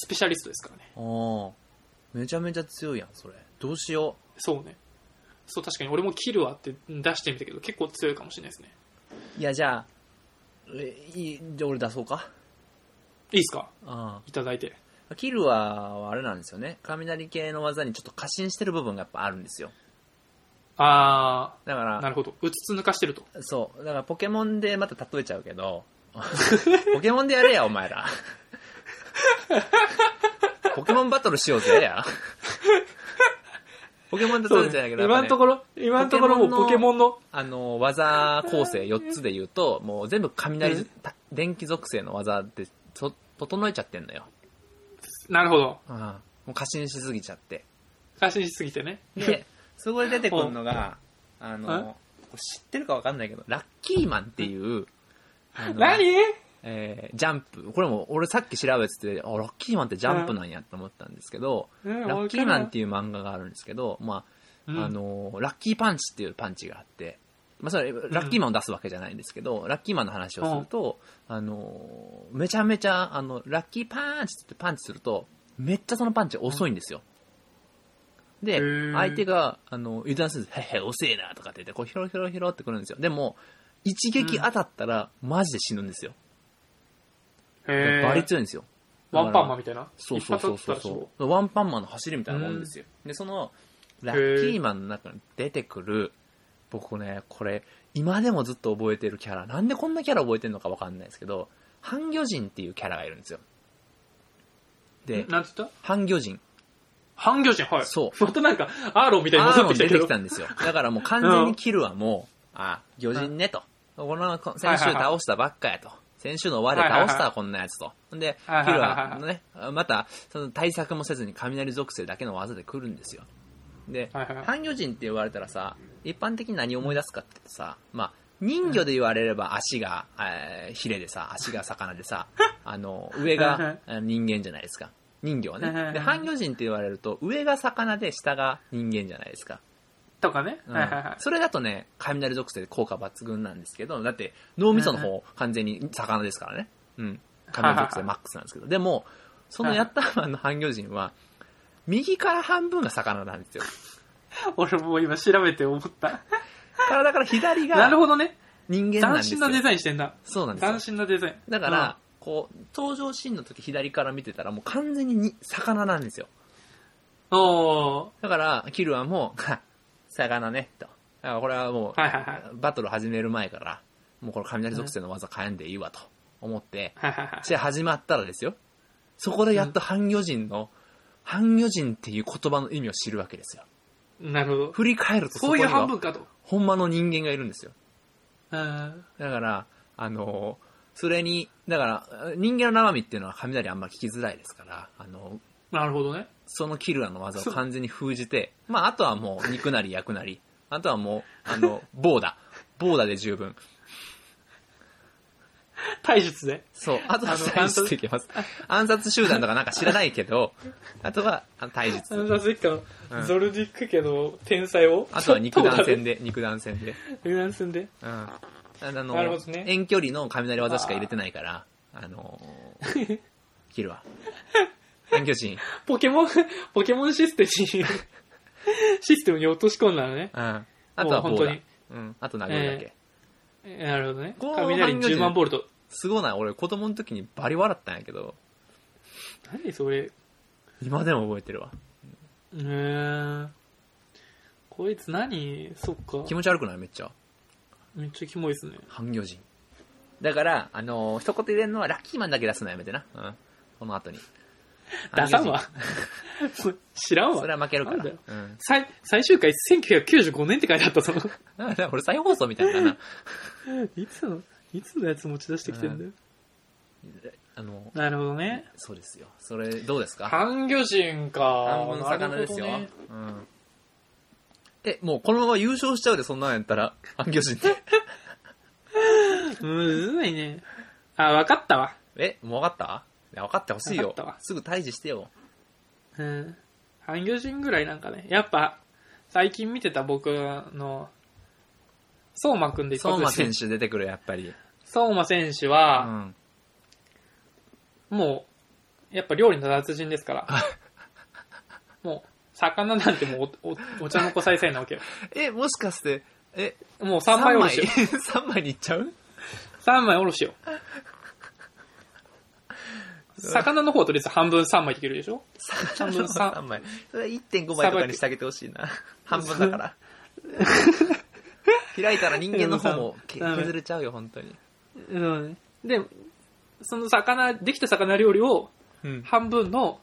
スペシャリストですからね。
おーめちゃめちゃ強いやん、それ。どうしよ
そうね。そう、確かに俺もキルはって出してみたけど、結構強いかもしれないですね。
う。いや、じゃあ、えいい、じゃあ俺出そうか。
いいですか
うん。
いただいて。
キルは、あれなんですよね。雷系の技にちょっと過信してる部分がやっぱあるんですよ。
あ
だか
ー、な
ら、
るほど。うつつ抜かしてると。
そう。だからポケモンでまた例えちゃうけど、 ポケモンでやれや、お 前ら。ポケモンバトルしようぜや。ポケモンで例えちゃうんだけど、
今
やっぱ
の
ね
ところ、今のところもうポケモンの、
あの、技構成4つで言うと、もう全部雷、た電気属性の技でと整えちゃってんのよ。
なるほど。
うん。もう過信しすぎちゃって。
過信しすぎてね。
で、そこで出てくるのが、あの、知ってるかわかんないけど、ラッキーマンっていう、あの
何
えージャンプ。これも俺さっき調べてて、あ、ラッキーマンってジャンプなんやと思ったんですけど、
ラ
ラッキーマンっていう漫画があるんですけど、まあ、あ、のーラッキーパンチっていうパンチがあって、まあ、それラッキーマンを出すわけじゃないんですけど、ラッキーマンの話をすると、あのーめちゃめちゃあのラッキーパンチってパンチするとめっちゃそのパンチ遅いんですよ、で
へー
相手があの油断せず「へへ遅えな」とかって言ってこうヒロヒロヒロってくるんですよでも一撃当たったらマジで死ぬんですよ、
うんへー
バリ強いんですよ
ワンパンマンみたいな。
そうそうそうそ
一発撃った
う
ら死ぬ
そう。ワンパンマンの走りみたいなもんですよ。で、その、ラッキーマンの中に出てくる、僕ね、これ、今でもずっと覚えてるキャラ、なんでこんなキャラ覚えてるのかわかんないですけど、半魚人っていうキャラがいるんですよ。で、
なんて言った
半魚人。
半魚人、はい。
そう。
またなんか、アーロンみたいに
アー
戻っ
ロ
て
ン
きた
出
け
て
ど
き。たんですよ。だからもう完全にキルはもう、あ、魚人ねと。この先週倒したばっかやと。先週の輪で倒
は
し
いはいは
たこんなやつと。で、キル
はいはいはいはい
はね、また、その対策もせずに雷属性だけの技で来るんですよ。で、
はいはい
半魚人って言われたらさ、一般的に何を思い出すかって言うとさ、まあ、人魚で言われれば足が、えーヒレでさ、足が魚 でさ、あの、上
はいはい
があ人間じゃないですか。人魚は
はいはいは
ね。
い
で、半魚人って言われると、上が魚で下が人間じゃないですか。
とかね。
うん
はいはいはい。
それだとね、雷属性で効果抜群なんですけど、だって脳みその
は
方、完全に魚ですからね。 うん。雷属性マックスなんですけど。でも、そのやったーマンの半魚人は、右から半分が魚なんですよ。
俺も今調べて思った。
体から 左
なる
が
ほどね。
人間な
斬
んです
新
よ。
なデザインしてんな。
そうなんですよ
斬。新なデザイン。
だから、こう、登場シーンの時左から見てたら、もう完全にに魚なんですよ。
うん、お
だから、キルアも、 は魚ね、と。だからこれはもう、
ーはいはいはい。
バトル始める前から、もうこの雷属性の技変えんでいいわ、と思って、
はいはいはい
試合始まったらですよ。そこでやっと半魚人の、半魚人っていう言葉の意味を知るわけですよ。
なるほど。
振り返るとそ
そ
こ
うい
に
う半
は、
分かと。
ほんまの人間がいるんですよ。
うん。
だから、あのーそれに、だから、人間の生身っていうのは雷あんま聞きづらいですから、あのー
なるほどね。
そのキルアの技を完全に封じて、まあ、あとはもう肉なり焼くなり、あとはもう、あの、棒だ。棒だで十分。
体術で。
そう。あと
あ
は
の
体術でいけます。暗殺集団とかなんか知らないけど、あとはあの体術。
暗殺一家
う
の
ん
ゾルディック家の天才を。
あとは肉弾戦
で。
で、肉弾戦で。
肉弾戦で。
うん。あの、
なるほどね
遠距離の雷技しか入れてないから、あ のーキルア。遠距人。
ポケモン、 ポケモンシステムに、 システムに落とし込んだのね。
うん。あとは
もう本
棒
当
だ
に。
うん。あと殴るだけ。
えなるほどね
こ。う
雷10万ボルト。
すごいな、俺子供の時にバリ笑ったんやけど、
何それ。
今でも覚えてるわ。
えー、こいつ何そっか。
気持ち悪くないめっちゃ。
めっちゃキモいっすね。
半魚人。だから、あのー一言入れるのはラッキーマンだけ出すのやめてな。うん。この後に。
出さんわ。 知らん
それ
わ。
は負けるから。
なんだ
う
よ
ん。
最、最終回1995年って書いてあったぞ。
なん だ俺再放送みたいだな。
いつの、いつのやつ持ち出してきてんだよ。
あの、
なるほどね。
そうですよ。それ、どうですか
半魚人か。
半分魚ですよ。
なるほ
うん。え、もうこのまま優勝しちゃうで、そんなんやったら。半魚人って。
どね。むずいね。あ、わかったわ。
え、もう分かったいや分かってほし
分
いよ
かったわ。
すぐ退治してよ。
うん。半魚人ぐらいなんかね。やっぱ、最近見てた僕の、相馬くんで一
相
発
馬
で
選手出てくる、やっぱり。
相馬選手
う
は、
ん。
もう、やっぱ料理の達人ですから。もう、魚なんてもうお、お、お茶の子さいさいなわけよ。
え、もしかして、え、
もう3枚おろしよ。
3枚にいっちゃう
3枚おろしよ。魚の方はとりあえず半分3枚いけるでしょ
三
分の三
三枚。それ1.5倍とかにしてあげてほしいな。半分だ から。開いたら人間の方もけ
ダメ
削れちゃうよ、本当に。
うん。で、その魚、できた魚料理を
うん。
半分の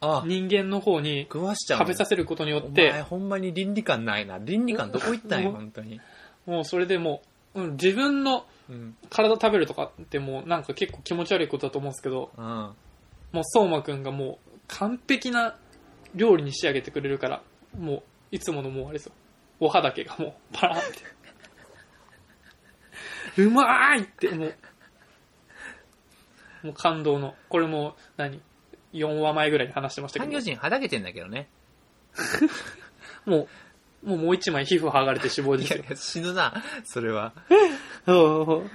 あ、
人間の方に
食わしちゃうの。
食べさせることによ
お
っ
前、
て、
ほんまに倫理観ないな。倫理観どこ行ったんや、
うん
本当に。
もうそれでもう、うん、自分の
うん。
体食べるとかってもうなんか結構気持ち悪いことだと思うんですけど、
うん。
もう相馬くんがもう完璧な料理に仕上げてくれるから、もういつものもうあれですよ。お肌だけがもうパラーって。うまーいってもう、もう感動の。これも何 ?4 話前ぐらいに話してましたけ
産業
ど、
人はだけてんだけどね。
もう、もうもう一枚皮膚剥がれて死亡で
い
す
や
よ
い。や、死ぬな、それは。
そう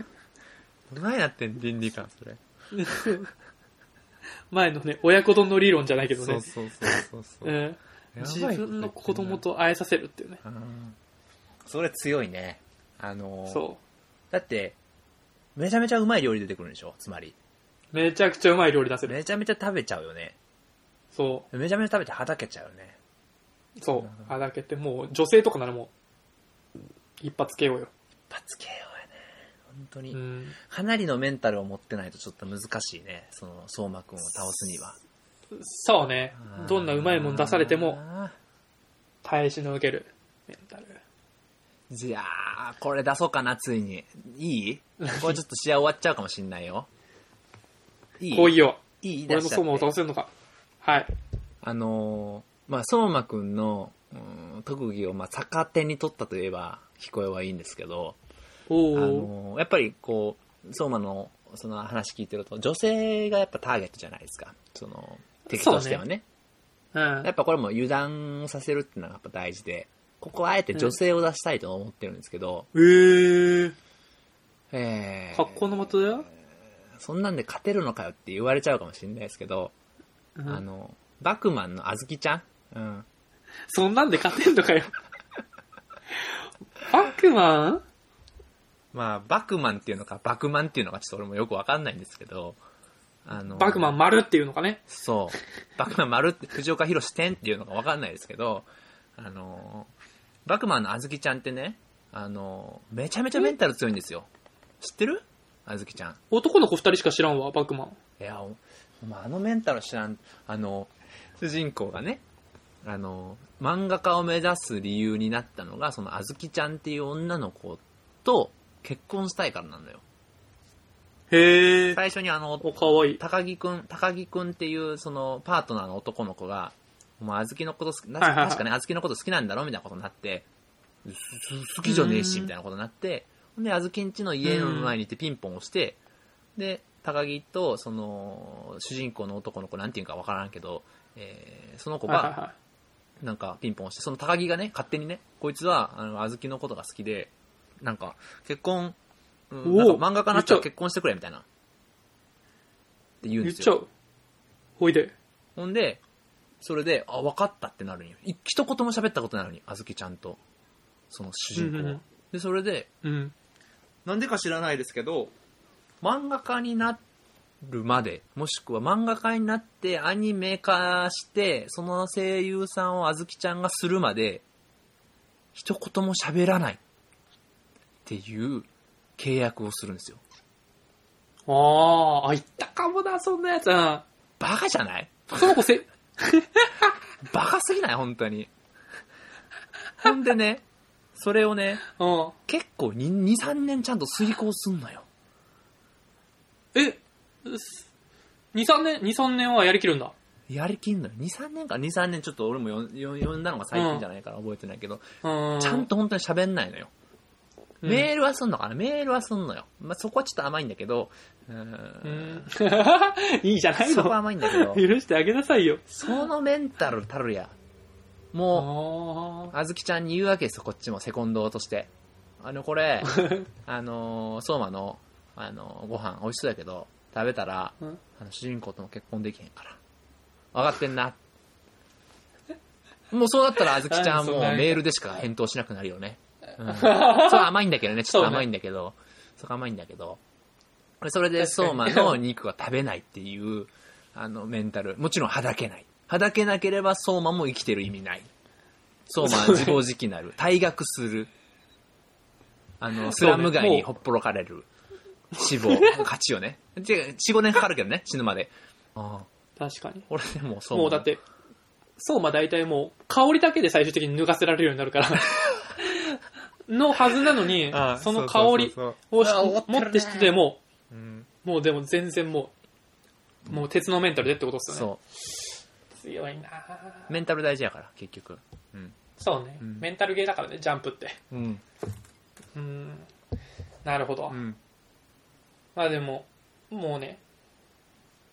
どないなってん、倫理観、それ。
前のね、親子丼の理論じゃないけど
そう
ね。
そうそうそう。
うん
やばい
自分の子供と会えさせるっていうね。
うんそれ強いね。あのー
そ
だって、めちゃめちゃうまい料理出てくるんでしょつまり。
う。めちゃくちゃうまい料理出せる。
めちゃめちゃ食べちゃうよね。
そう。
めちゃめちゃ食べてはだけちゃうよね。
そ
な
う
るほ。ど
あだけって、もう女性とかならもう、一発けようよ。
一発系よやね。本当に、
うん。
かなりのメンタルを持ってないとちょっと難しいね。その、相馬くんを倒すには。
そうね。どんなうまいもん出されても、
あ
耐えしの受ける。メンタル。
ー。じゃあ、これ出そうかな、ついに。い いこれちょっと試合終わっちゃうかもしんないよ。いい
こういよ。
いい
俺
出
の
しちゃ
相
っ
馬を
て
倒せるのか。はい。
あのーまあ、相馬くんの、うん特技を、まあ、逆手に取ったといえば、聞こえはいいんですけど、
おー。
あのーやっぱりこう、相馬のその話聞いてると、女性がやっぱターゲットじゃないですか。その、敵としてはね。
うん
や。っぱこれも油断をさせるっていうのがやっぱ大事で、ここはあえて女性を出したいと思ってるんですけど、
えー。
えー
格好の的だよ。
そんなんで勝てるのかよって言われちゃうかもしれないですけど、
うん
あの、バクマンのあずきちゃん、うん、
そんなんで勝てんのか よ。バックマン
まあ、バクマンっていうのか、バクマンっていうのか、ちょっと俺もよくわかんないんですけど、あの、
バックマン丸っていうのかね。
そう。バクマン丸って、藤岡弘点っていうのかわかんないですけど、あの、バクマンのあずきちゃんってね、あの、めちゃめちゃメンタル強いんですよ。知ってるあずきちゃん。
男の子二人しか知らんわ、バックマン。
いや、おお前あのメンタル知らん、あの、主人公がね、あの、漫画家を目指す理由になったのが、そのあずきちゃんっていう女の子と結婚したいからなんだよ。
へー。
最初にあの、
お、かわいい。
高木くん、高木くんっていう、その、パートナーの男の子が、お前、あずきのこと好き、な
はいはいはい
確かね、あずきのこと好きなんだろみたいなことになって、すす好きじゃねえし、
うん
みたいなことになって、ほんで、あずきんちの家の前に行ってピンポン押して、で、高木と、その、主人公の男の子、なんていうかわからんけど、えーその子
はいはい
が、
は
なんか、ピンポン押して、その高木がね、勝手にね、こいつは、あの、あずきのことが好きで、なんか、結婚、うん、
お
な
お
んか漫画家になっちゃう結婚してくれ、みたいな。って言
い。
うん
言
で
っ
すよ。
ちゃう。ほいで。
ほんで、それで、あ、分かったってなるんよ。い一言も喋ったことないのに、あずきちゃんと、その主人公は。
うんうんうん
で、それで、
うん。
なんでか知らないですけど、漫画家になっるまで、もしくは漫画家になってアニメ化して、その声優さんをあずきちゃんがするまで、一言も喋らないっていう契約をするんですよ。
あーあ、言ったかもな、そんなやつ。うん
バカじゃない
その子せ、
バカすぎない本当に。ほんでね、それをね、
うん。
結構2、3年ちゃんと遂行すんのよ。
え、2、3年、2、3年はやりきるんだ。
やりきんのよ。2、3年か、2、3年ちょっと俺もよよ読んだのが最近じゃないから覚えてないけど、
うん。
ちゃんと本当に喋んないのよ。
うん、
メールはすんのかなメールはすんのよ。まあ、そこはちょっと甘いんだけど、
う
うーん
ん。 いいじゃない
そこ は
の。、
甘いんだけど
許してあげなさいよ。
そのメンタルたるや。
あ
もう、
ー
あずきちゃんに言うわけですよ、こっちも、セコンドとして。あの、こ れ、あのー、相馬の、あのーご飯美味しそうやけど、食べたら、
うん
あの主人公とも結婚できへんから。分かってんな。もうそうなったら、あずきちゃんはもう
何それ
メールでしか返答しなくなるよね。うん、 それは甘いんだけどね、ちょっと甘いんだけど、そこは甘いんだけど、俺それで相馬の肉は食べないっていう、あの、メンタル。もちろん、はだけない。はだけなければ相馬も生きてる意味ない。相馬は自暴自棄なる。退学する。あの、スラム街にほっぽろかれる。死亡。勝ちよね。違う、4、5年かかるけどね、死ぬまで。ああ、
確かに。
俺でもそう。
もうだっ。て、そうまあ大体もう、香りだけで最終的に脱がせられるようになるから。のはずなのに
ああ、
その香
そうそう
り
そう
をし
ああ終わってるね
持ってしてても、
うん、
もうでも全然もう、もう鉄のメンタルでってことっすよね。
そ
強いな
う。メンタル大事やから、結局。うん。
そうね、
うん
メンタルゲーだからね、ジャンプって。
うん。
うん。なるほど。
うん。
まあでも、もうね、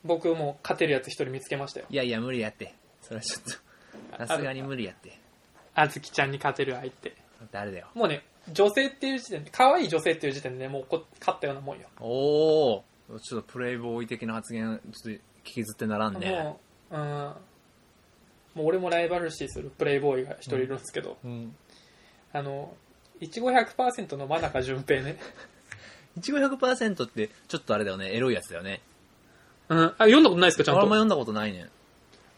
僕もう勝てるやつ一人見つけましたよ。
いやいや、無理やって。それはちょっと、さすがに無理やって。
あずきちゃんに勝てる相手。
誰だよ。
もうね、女性っていう時点で、可愛い女性っていう時点でねもうこ勝ったようなもんよ。
おおちょっとプレイボーイ的な発言、ちょっと聞きずってならんね。
もう、うん。もう俺もライバル視するプレイボーイが一人いるんですけど、
うん。
あの、いちご100%の真中淳平ね。
一五百パーセントって、ちょっとあれだよね、エロいやつだよね。
うん。あ、読んだことないですか、ちゃん
俺も
と。
読んだことないね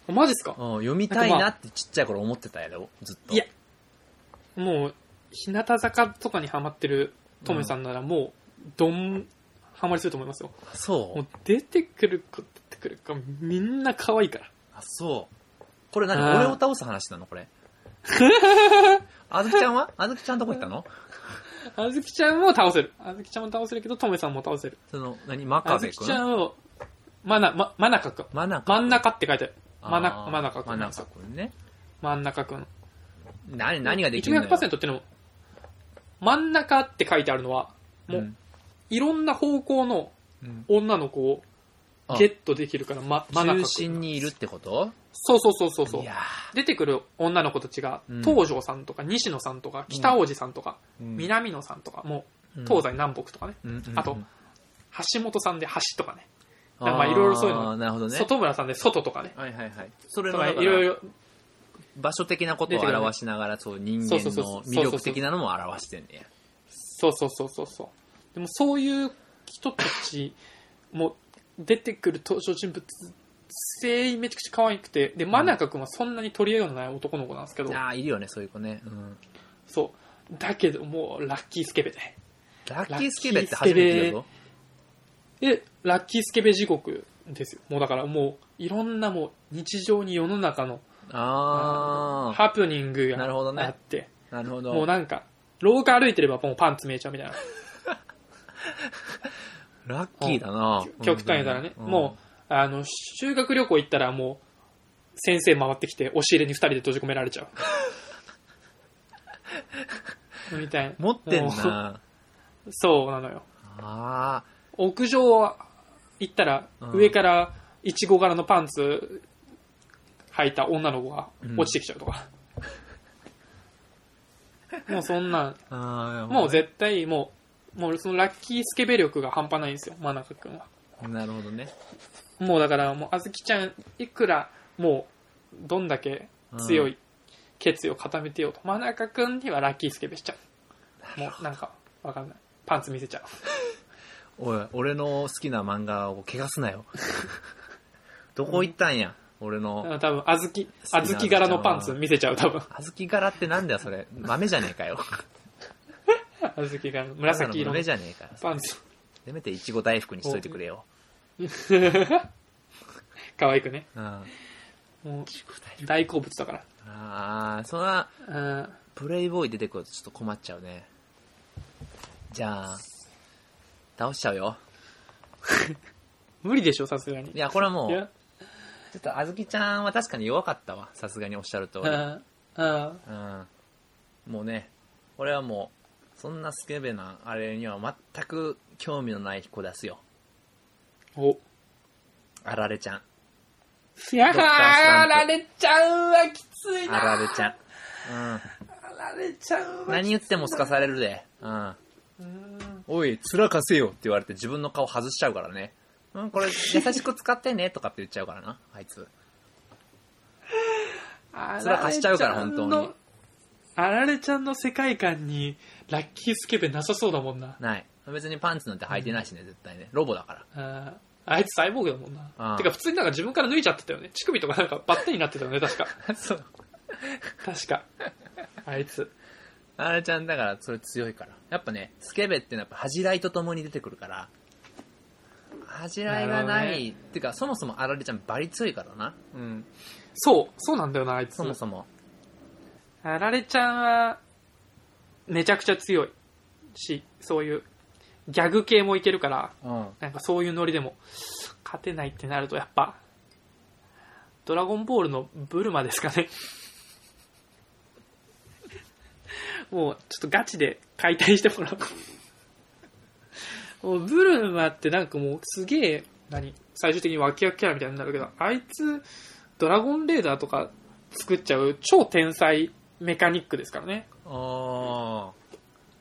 ん。
マジっすか
うん、読みたいなってちっちゃい頃思ってたやろ、ずっと。
いや、もう、日向坂とかにハマってるトメさんならもう、どん、ハマりすると思いますよ。
そ
も
う
う。出てくる子、出てくる子、みんな可愛いから。
あ、そう。これ何
あー
俺を倒す話なのこ れ。あずきちゃんはあずきちゃんどこ行ったの
あずきちゃんも倒せる。あずきちゃんも倒せるけど、トメさんも倒せる。
その、何真
あ
壁
ずき
君
ちゃんを、まな、ま、真中くん。
真中
真ん中って書いてある。
あー
真中、真中くん。
真中君ね。
真ん中くん。
何、何ができるのよ
?100% ってのも、真ん中って書いてあるのは、もう、
ん
いろんな方向の
うん
女の子を
あ
ゲットできるから、ま、真中
中
くん。
心にいるってこと
そうそうそうそうそう
いや。
出てくる女の子たちが、
うん
東條さんとか西野さんとか北王子さんとか、
ー、うん
南野さんとか、もう東西南北とかね、
うんうんうん
あと橋本さんで橋とかね、
あー
まあいろいろそういうの
なるほどね。
外村さんで外とかね、
はいはいはい。それ
と
は
か
だ
い
から
ろいろ、
場所的なことを表しながら、そう人間
そうそうそ
の
う
魅力的なのも表してんねや。
そうそうそうそうそう。でもそういう人たちも出てくる登場人物、全員めちゃくちゃ可愛くて、で、真中君はそんなに取り合いのない男の子なんですけど、
ああ、いるよね、そういう子ね。うん。
そう。だけどもうラッキースケベで。
ラッキースケベって初めて言うぞ。
で、ラッキースケベ地獄ですよ。もうだからもう、いろんなもう日常に世の中の
あ
ハプニング
なるほどね
があって、
あ、なるほど。
もうなんか、廊下歩いてればもうパンツ見えちゃうみたいな。
ラッキーだな
極端言うたらね、もう、あの、修学旅行行ったらもう、先生回ってきて、押し入れに二人で閉じ込められちゃう。 みたいな。
うん。持ってん
も
な
うそうなのよ。
あ
屋上行ったら、
うん
上から、いちご柄のパンツ履いた女の子が
うん
落ちてきちゃうとか。 もうそんなん、
ーあー。
もう絶対もう、もうそのラッキースケベ力が半端ないんですよ、真中くんは。
なるほどね。
もうだから、もう、あずきちゃん、いくら、もう、どんだけ強い決意を固めてようと、真中くんにはラッキースケベしちゃう。もう、なんか、わかんない。パンツ見せちゃう。
おい、俺の好きな漫画を汚すなよ。 どこ行ったんや、俺の。
多分、あずき、あずき柄のパンツ見せちゃう、多分。
小豆柄ってなんだよ、それ。豆じゃねえかよ。
あずき柄の、 紫色
豆
の
じゃねえかよ。
パンツ。
せめていちご大福にしといてくれよ。
可愛くね。
うん。あ
もう、大好物だか
あー、そら、
ら。うん。
プレイボーイ出てくるとちょっと困っちゃうね。じゃあ、倒しちゃうよ。
無理でしょ、さすがに。
いや、これはもう、
いや、
ちょっとあずきちゃんは確かに弱かったわ。さすがにおっしゃる通り。
うん。うん。
うん。もうね、これはもう、そんなスケベなあれには全く興味のない子ですよ。
お。
あられちゃん。
いやー、
ドクタースラ
あ
ンプ
られちゃうわ、きつい
あ
な。
られちゃん。うん。
あられちゃうわ。
何言ってもすかされるで。うん。
うん
おい、面貸せよって言われて自分の顔外しちゃうからね。うん、これ、優しく使ってねとかって言っちゃうからな、あいつ。
あ
面貸しちゃうから本当に。
あられちゃんの世界観に、ラッキースケベなさそうだもんな。
ない。別にパンツなんて履いてないしね、絶対ね。ロボだから。
あーあいつサイボーグだもん
あ
な。
ー
てか普通になんか自分から脱いちゃってたよね。乳首とかなんかバッテンになってたよね、確か。
そう。
確か。あいつ。
あれちゃん、だから、それ強いから。やっぱね、スケベってのはやっぱ恥じらいとともに出てくるから、恥じらいがな
なるほど
い。っていうか、そもそもあられちゃんバリ強いからな。うん。
そう、そうなんだよな、あいつ
そ。もそも。
あられちゃんは、めちゃくちゃ強いし、そういう、ギャグ系もいけるから、
うん。
なんかそういうノリでも、勝てないってなるとやっぱ、ドラゴンボールのブルマですかね。もう、ちょっとガチで解体してもらおう。もう、ブルマってなんかもう、すげえ、何最終的に脇役キャラみたいになるけど、あいつ、ドラゴンレーダーとか作っちゃう超天才メカニックですからね。
ああ。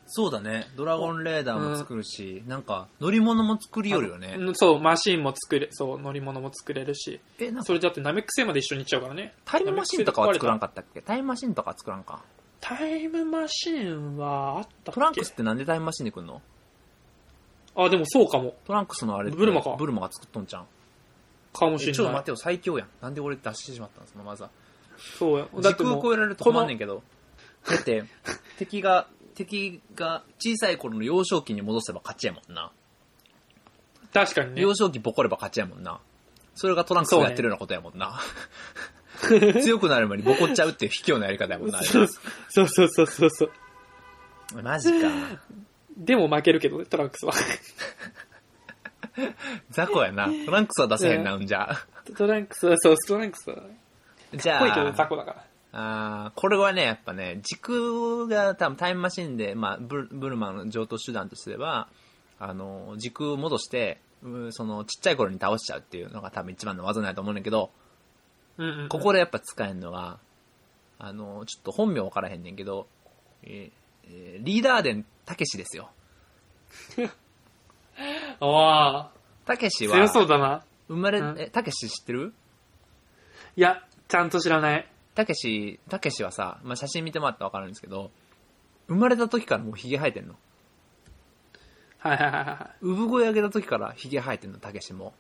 そうだね。ドラゴンレーダーも作るし、なんか、乗り物も作りよるよね。
うんそう、マシンも作れ、そう、乗り物も作れるし。
え、なん
そ
か、
れだってナメック星まで一緒に行っちゃうからね。
タイムマシンとかは作らんかったっけタイムマシンとかは作らんか。
タイムマシンはあったっけ
トランクスってなんでタイムマシンで来んの
あ、でもそうかも。
トランクスのあれって
ブルマか
ブルマが作っとんじゃん。
かも
え
し
ちょ
れ
っと
な
待
い
って。よ、最強やん。なんで俺出してしまったんその技。
そうや。だ
時
って
空
も
超
う、
えられると困んねんけど。だって、 敵が、敵が小さい頃の幼少期に戻せば勝ちやもんな。
確かにね。
幼少期ボコれば勝ちやもんな。それがトランクスがやってるようなことやもん な。強くなる前にボコっちゃうっていう卑怯なやり方やもんな。あれ
そうそうそうそうそうそう。
マジか。
でも負けるけどね、トランク スは。
雑魚やな。トランクスは出せへんな、んじゃ。
トランクスは、そう、トランクスは。
じゃ
濃いけど雑
あ、
魚だから。
あーこれはね、やっぱね、時空が多分タイムマシンで、まあ、ブルブルマンの上等手段とすれば、あの、時空を戻して、うんその、ちっちゃい頃に倒しちゃうっていうのが多分一番の技なんやと思うんだけど、
うんうん。
ここでやっぱ使えるのが、あの、ちょっと本名わからへんねんけど、えーえーリーダーデンたけしですよ。
ああ、
たけし
強
は、
そうだな。
生まれ
うん、
え、たけし知ってる
いや、ちゃんと知らない。
たけし、たけしはさ、まあ、写真見てもらったらわかるんですけど、生まれた時からもうヒゲ生えてんの。
はいはいはいは
産声上げた時からヒゲ生えてんの、たけしも。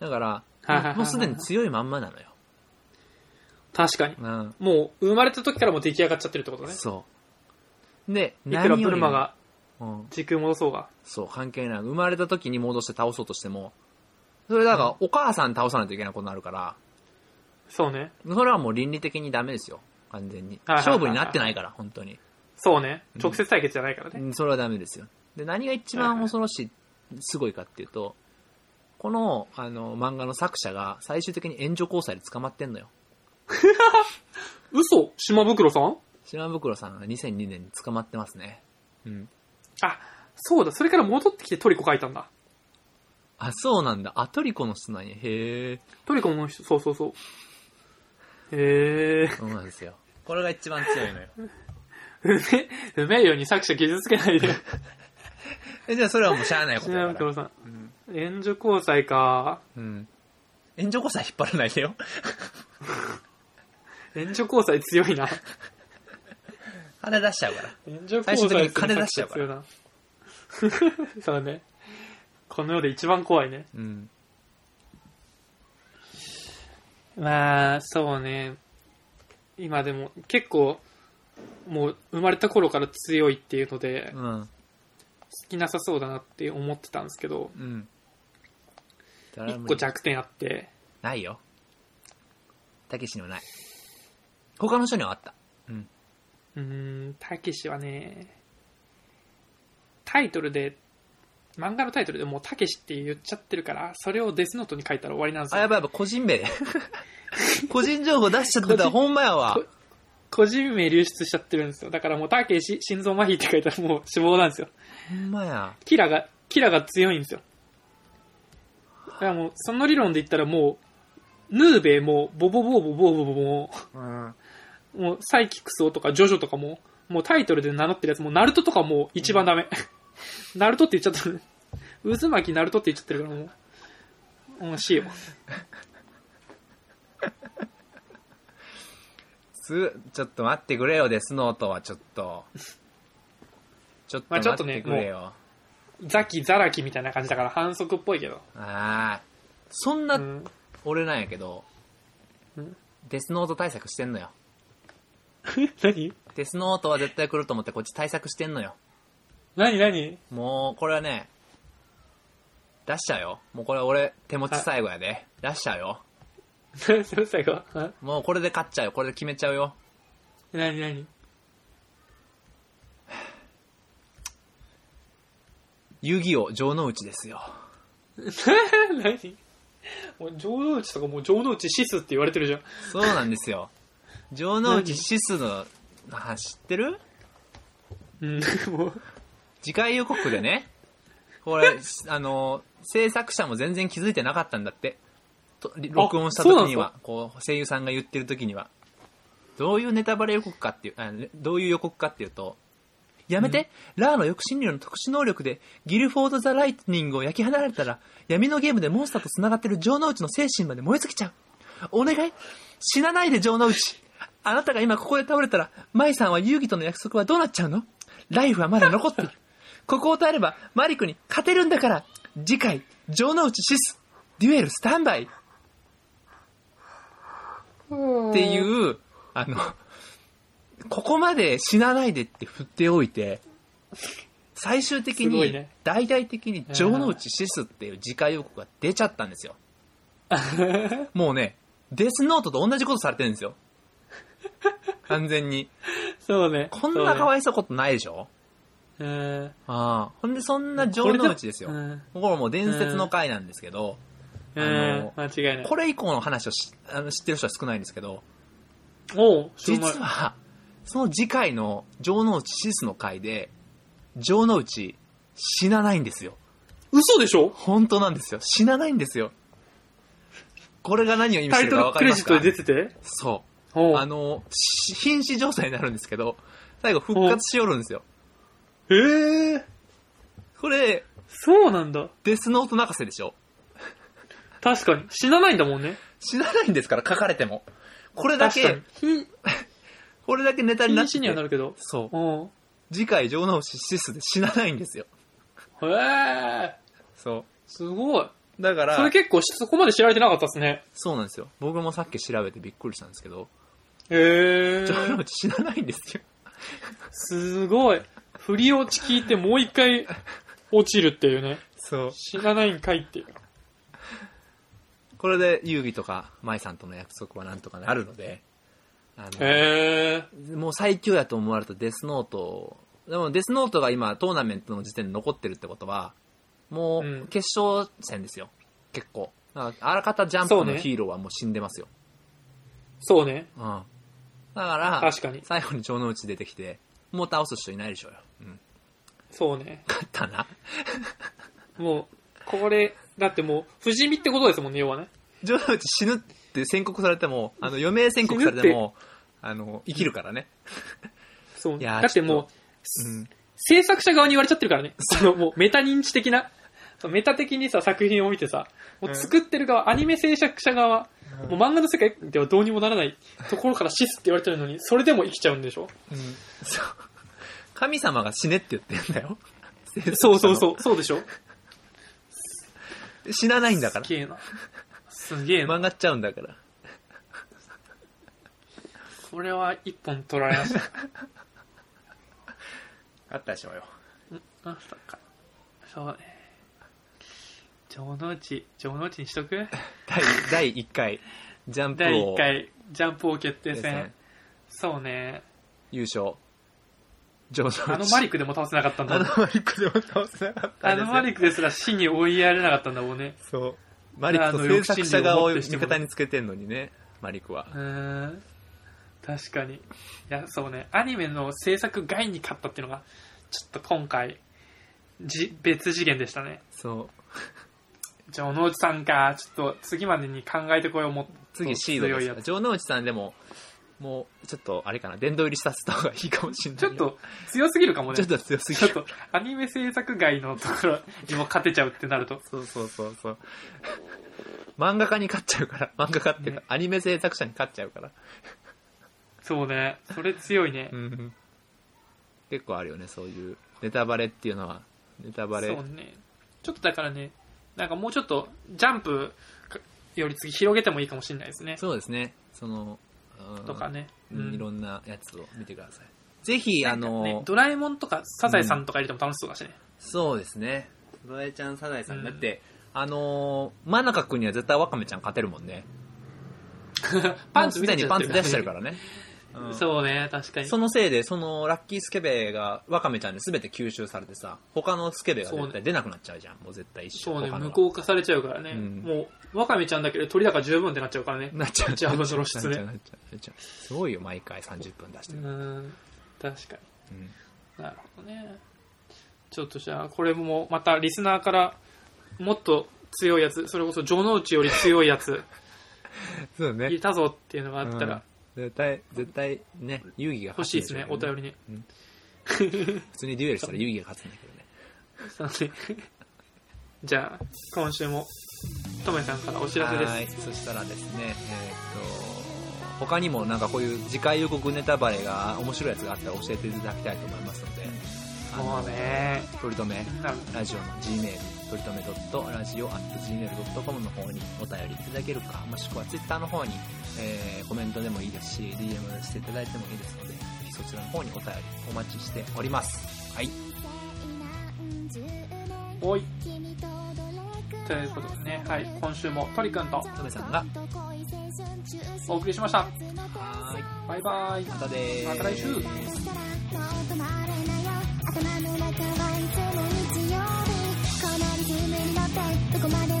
だか
はい はいは
ら、
い
もうすでに強いまんまなのよ。
い。確かに。
うん。
もう、生まれた時からもう出来上がっちゃってるってことね。
そう。で、
いくら
何
ブ
よ
ル
り
マ
も、
が
うん、
時空戻そうが。
そう、関係ない。生まれた時に戻して倒そうとしても、それだから、お母さん倒さないといけないことになるから、
そうね。
それはもう倫理的にダメですよ。完全に。
はいはいはいはい
勝負になってないから、本当に。
そうね
う。ん
直接対決じゃないから
う
ね。
んそれはダメですよ。で、何が一
はいは
番
い
恐ろしい、すごいかっていうと、この、あの、漫画の作者が最終的に援助交際で捕まってんのよ。
嘘島袋さん
島袋さんが2002年に捕まってますね。うん。
あ、そうだ。それから戻ってきてトリコ書いたんだ。
あ、そうなんだ。あ、トリコの人なんや。へえ。
トリコの人、そうそうそう。へえ。
そうなんですよ。 これが一番強いのよ。
うめ、うめえように作者傷つけないで。
え、じゃあそれはもうしゃあないこ
島
とだから。
袋さん。
うん。
援助交際か。
うん。援助交際引っ張らない でよ。
援助交際強いな。
金出しちゃうから。
援助
最終
交
的
際
に金出しちゃうから
ら。そうね。この世で一番怖いね。
うん。
まあ、そうね。今でも結構、もう生まれた頃から強いっていうので、好
うん。
きなさそうだなって思ってたんですけど、
うん。ドラ
一
ム
個弱点あって、
ないよ。たけしにはない。他の人にはあった。うん。
うーん、たけしはね、タイトルで、漫画のタイトルでもうたけしって言っちゃってるから、それをデスノートに書いたら終わりなんです
あ、
よ。
やばいやばい、個人名 で。個人情報出しちゃってた、ほんまやわ
こ。個人名流出しちゃってるんですよ。だからもうたけし、心臓麻痺って書いたらもう死亡なんですよ。
ほんまや。
キラが、キラが強いんですよ。だからもう、その理論で言ったらもう、ヌーベイも、ボボボボボボボボも、
うん。
もうサイキクソとかジョジョとかも、もうタイトルで名乗ってるやつ、もうナルトとかもう一番ダメ。ナルトって言っちゃった。渦巻きナルトって言っちゃってるからもう、もうしよ
つ、ちょっと待ってくれよ、デスノートは、ちょっと。ちょっと
まあちょっ
待
と
っ
ね
てくれよ。
う。ザキ、ザラキみたいな感じだから反則っぽいけど。
ああ。そん
う
な、
ん。
俺なんやけど
うん、
デスノート対策してんのよ。
何
デスノートは絶対来ると思って、こっち対策してんのよ。
何何
もう、これはね、出しちゃうよ。もうこれ俺、手持ち最後やで。出しちゃうよ。
それ最後あ
もうこれで勝っちゃうよ。これで決めちゃうよ。
何何
遊戯王、城之内ですよ。
何もう城之内とかもう城之内シスって言われてるじゃん。
そうなんで すよ。城之内シスの話知ってる
うん、もう、
次回予告でね、これ、あの、制作者も全然気づいてなかったんだって。と録音した時には、こう、声優さんが言ってる時には。どういうネタバレ予告かっていう、あねどういう予告かっていうと、やめて、ラーの抑止力の特殊能力でギルフォード・ザ・ライトニングを焼き放られたら闇のゲームでモンスターと繋がってる城之内の精神まで燃え尽きちゃう。お願い死なないで城之内あなたが今ここで倒れたら、舞さんは遊戯との約束はどうなっちゃうのライフはまだ残っている。ここを耐えればマリクに勝てるんだから次回、城之内シス、デュエルスタンバイっていう、あの、ここまで死なないでって振っておいて、最終的
すごい
に
ね、
大々的に城之内シスっていう次回予告が出ちゃったんですよ。もうね、デスノートと同じことされてるんですよ。完全に。
そうね。
こんなか
い
わいそうことないでしょ
い。うん
ああ。ほんで、そんな城之内ですよ
これ。だ
これもう伝説の回なんですけど、
うん。うん。間違いない。
これ以降の話をしあの知ってる人は少ないんですけど、
おう、しょう
実
もない
は、その次回の城之内シスの回で、城之内死なないんですよ。
嘘でしょ
本当なんですよ。死なないんですよ。これが何を意味し
タ
て
イ
る
ト
か
ル
わか
ク
り
レ
ま
ジ
す
ット
か
で出てて
そう。
おう
あの、し瀕死状態になるんですけど、最後復活しよるんですよ。
へえ、
これ、
そうなんだ。
デスノート泣かせでしょ
確かに。死なないんだもんね。
死なないんですから、書かれても。これだ
確か
け
に、。ひ
これだけネタにな
瀕
ってて
死にはなるけど。
そう。
おう
次回、城之内シスで死なないんですよ。
へえ、
そ
すごい。
う。だか
それ
ら、
結構しそこまで知られてなかったですね。
そうなんですよ。僕もさっき調べてびっくりしたんですけど、
へえ
城、之内死なないんですよ。
すごい。振り落ち聞いてもう一回落ちるっていうね。
そう。
死なないんかいっていう。
これで、遊戯とか、舞さんとの約束はなんとかなるので、あの、
へえ、
もう最強やと思われたデスノートをでもデスノートが今、トーナメントの時点で残ってるってことは、も
う、
うん決勝戦ですよ。結構。だからあらかたジャンプ
そう
の
ね
ヒーローはもう死んでますよ。
そうね。
うん。だから、
確かに
最後に城之内出てきて、もう倒す人いないでしょうよ。うん。
そうね。
勝ったな。
もう、これ、だってもう、不死身ってことですもんね、要はね。
城之内死ぬって宣告されても、あの、余命宣告されても、あの、生きるからね。
そう
いやー
だってもう、
うん。
制作者側に言われちゃってるからね。そのもうメタ認知的な、そうメタ的にさ、作品を見てさ、もう作ってる側、アニメ制作者側、もう漫画の世界ではどうにもならないところからシスって言われてるのに、それでも生きちゃうんでしょ
そう。 神様が死ねって言ってんだよ。
そうそうそう、そうでしょ
死なないんだから
す。げえな。すげえな。
曲がっちゃうんだから。
これは一本取られました。
あったでしょうよ。
あ、そっか。そうね。城之内、城之内にしとく
第、第1回、ジャンプ
第1
王
回、ジャンプ王決定
です
戦
ね。
そうね。
優勝。上昇
あのマリックでも倒せなかったんだ
あ
も
の
ん。
マリックでも倒せなかった
あ
んで
の
すよ
マリックですら死に追いやれなかったんだもんね。
そう。マリックと制作者側を味方につけてんのにね、マリックは
う。ーん。確かに。いや、そうね。アニメの制作外に勝ったっていうのが、ちょっと今回、じ、別次元でしたね。
そう。
じゃあ、小野内さんか。ちょっと次までに考えてこようもっと
次シード
強い
です
や
か
つ
ら。城之内さんでも、もう、ちょっと、あれかな、殿堂入りしたした方がいいかもしれない
ち
よ。
ょっと強すぎるかもね。
ちょっと強すぎ
ちょっ
る。
と、アニメ制作外のところにも勝てちゃうってなると。
そうそうそうそう。漫画家に勝っちゃうから、漫画家っていうか、
ね
アニメ制作者に勝っちゃうから。
そうね。それ強いね
う。ん。結構あるよね、そういう。ネタバレっていうのは、ネタバレ。
そうね。ちょっとだからね、なんかもうちょっと、ジャンプより次広げてもいいかもしれないですね。
そうですね。その、うん
とかね。
う
うん
んいろんなやつを見てください。ぜひ、あの、
ねドラえもんとかサザエさんとか入れても楽しそうだしね。
そうですね。ドラえちゃん、サザエさん。
うん
だって、あのー、真中くんには絶対ワカメちゃん勝てるもんね。
パンツ見
み
せち
たいに
ゃ
パ
っ
ン
てる
ツ出してるから ね。うん
そうね、確かに。
そのせいで、その、ラッキースケベが、ワカメちゃんで全て吸収されてさ、他のスケベが絶対出なくなっちゃうじゃん。もう絶対一緒。
そうね、
他の
無
は
効化されちゃうからね。
うん
もう、ワカメちゃんだけで鳥だから十分ってなっちゃうからね。
なっちゃう。
ジャブの露出ね
なっちゃうなっちゃうなっちゃうすごいよ、毎回30分出し
う
てる。
ん、確かに。
うん
なるほどね。ちょっとじゃあ、これもまたリスナーから、もっと強いやつ、それこそ城之内より強いや つ、
そうね。
いたぞっていうのがあった
うん
ら、
絶対、絶対ね、遊戯が
欲しいですね、お 便
り。
りに。
普通にデュエルしたら遊戯が勝つんだけどね。
なのでじゃあ、今週も、とめさんからお知らせです。
はいそしたらですね、えーっと他にもなんかこういう次回予告ネタバレが面白いやつがあったら教えていただきたいと思いますので、
もうね、
取り留め
気になる
ラジオの Gmail 取り留め .radio.gmail.com の方にお便りいただけるかもしくは Twitter の方に、えーコメントでもいいですし DM していただいてもいいですのでぜひそちらの方にお便りお待ちしておりますはい
おい。ということでね、はい、今週もトリくんと
トメさんが
お送りしました。
はーい
バイバイ。
またでーす
また来週
頭の中はいつも日曜日このリズムに乗ってどこまでも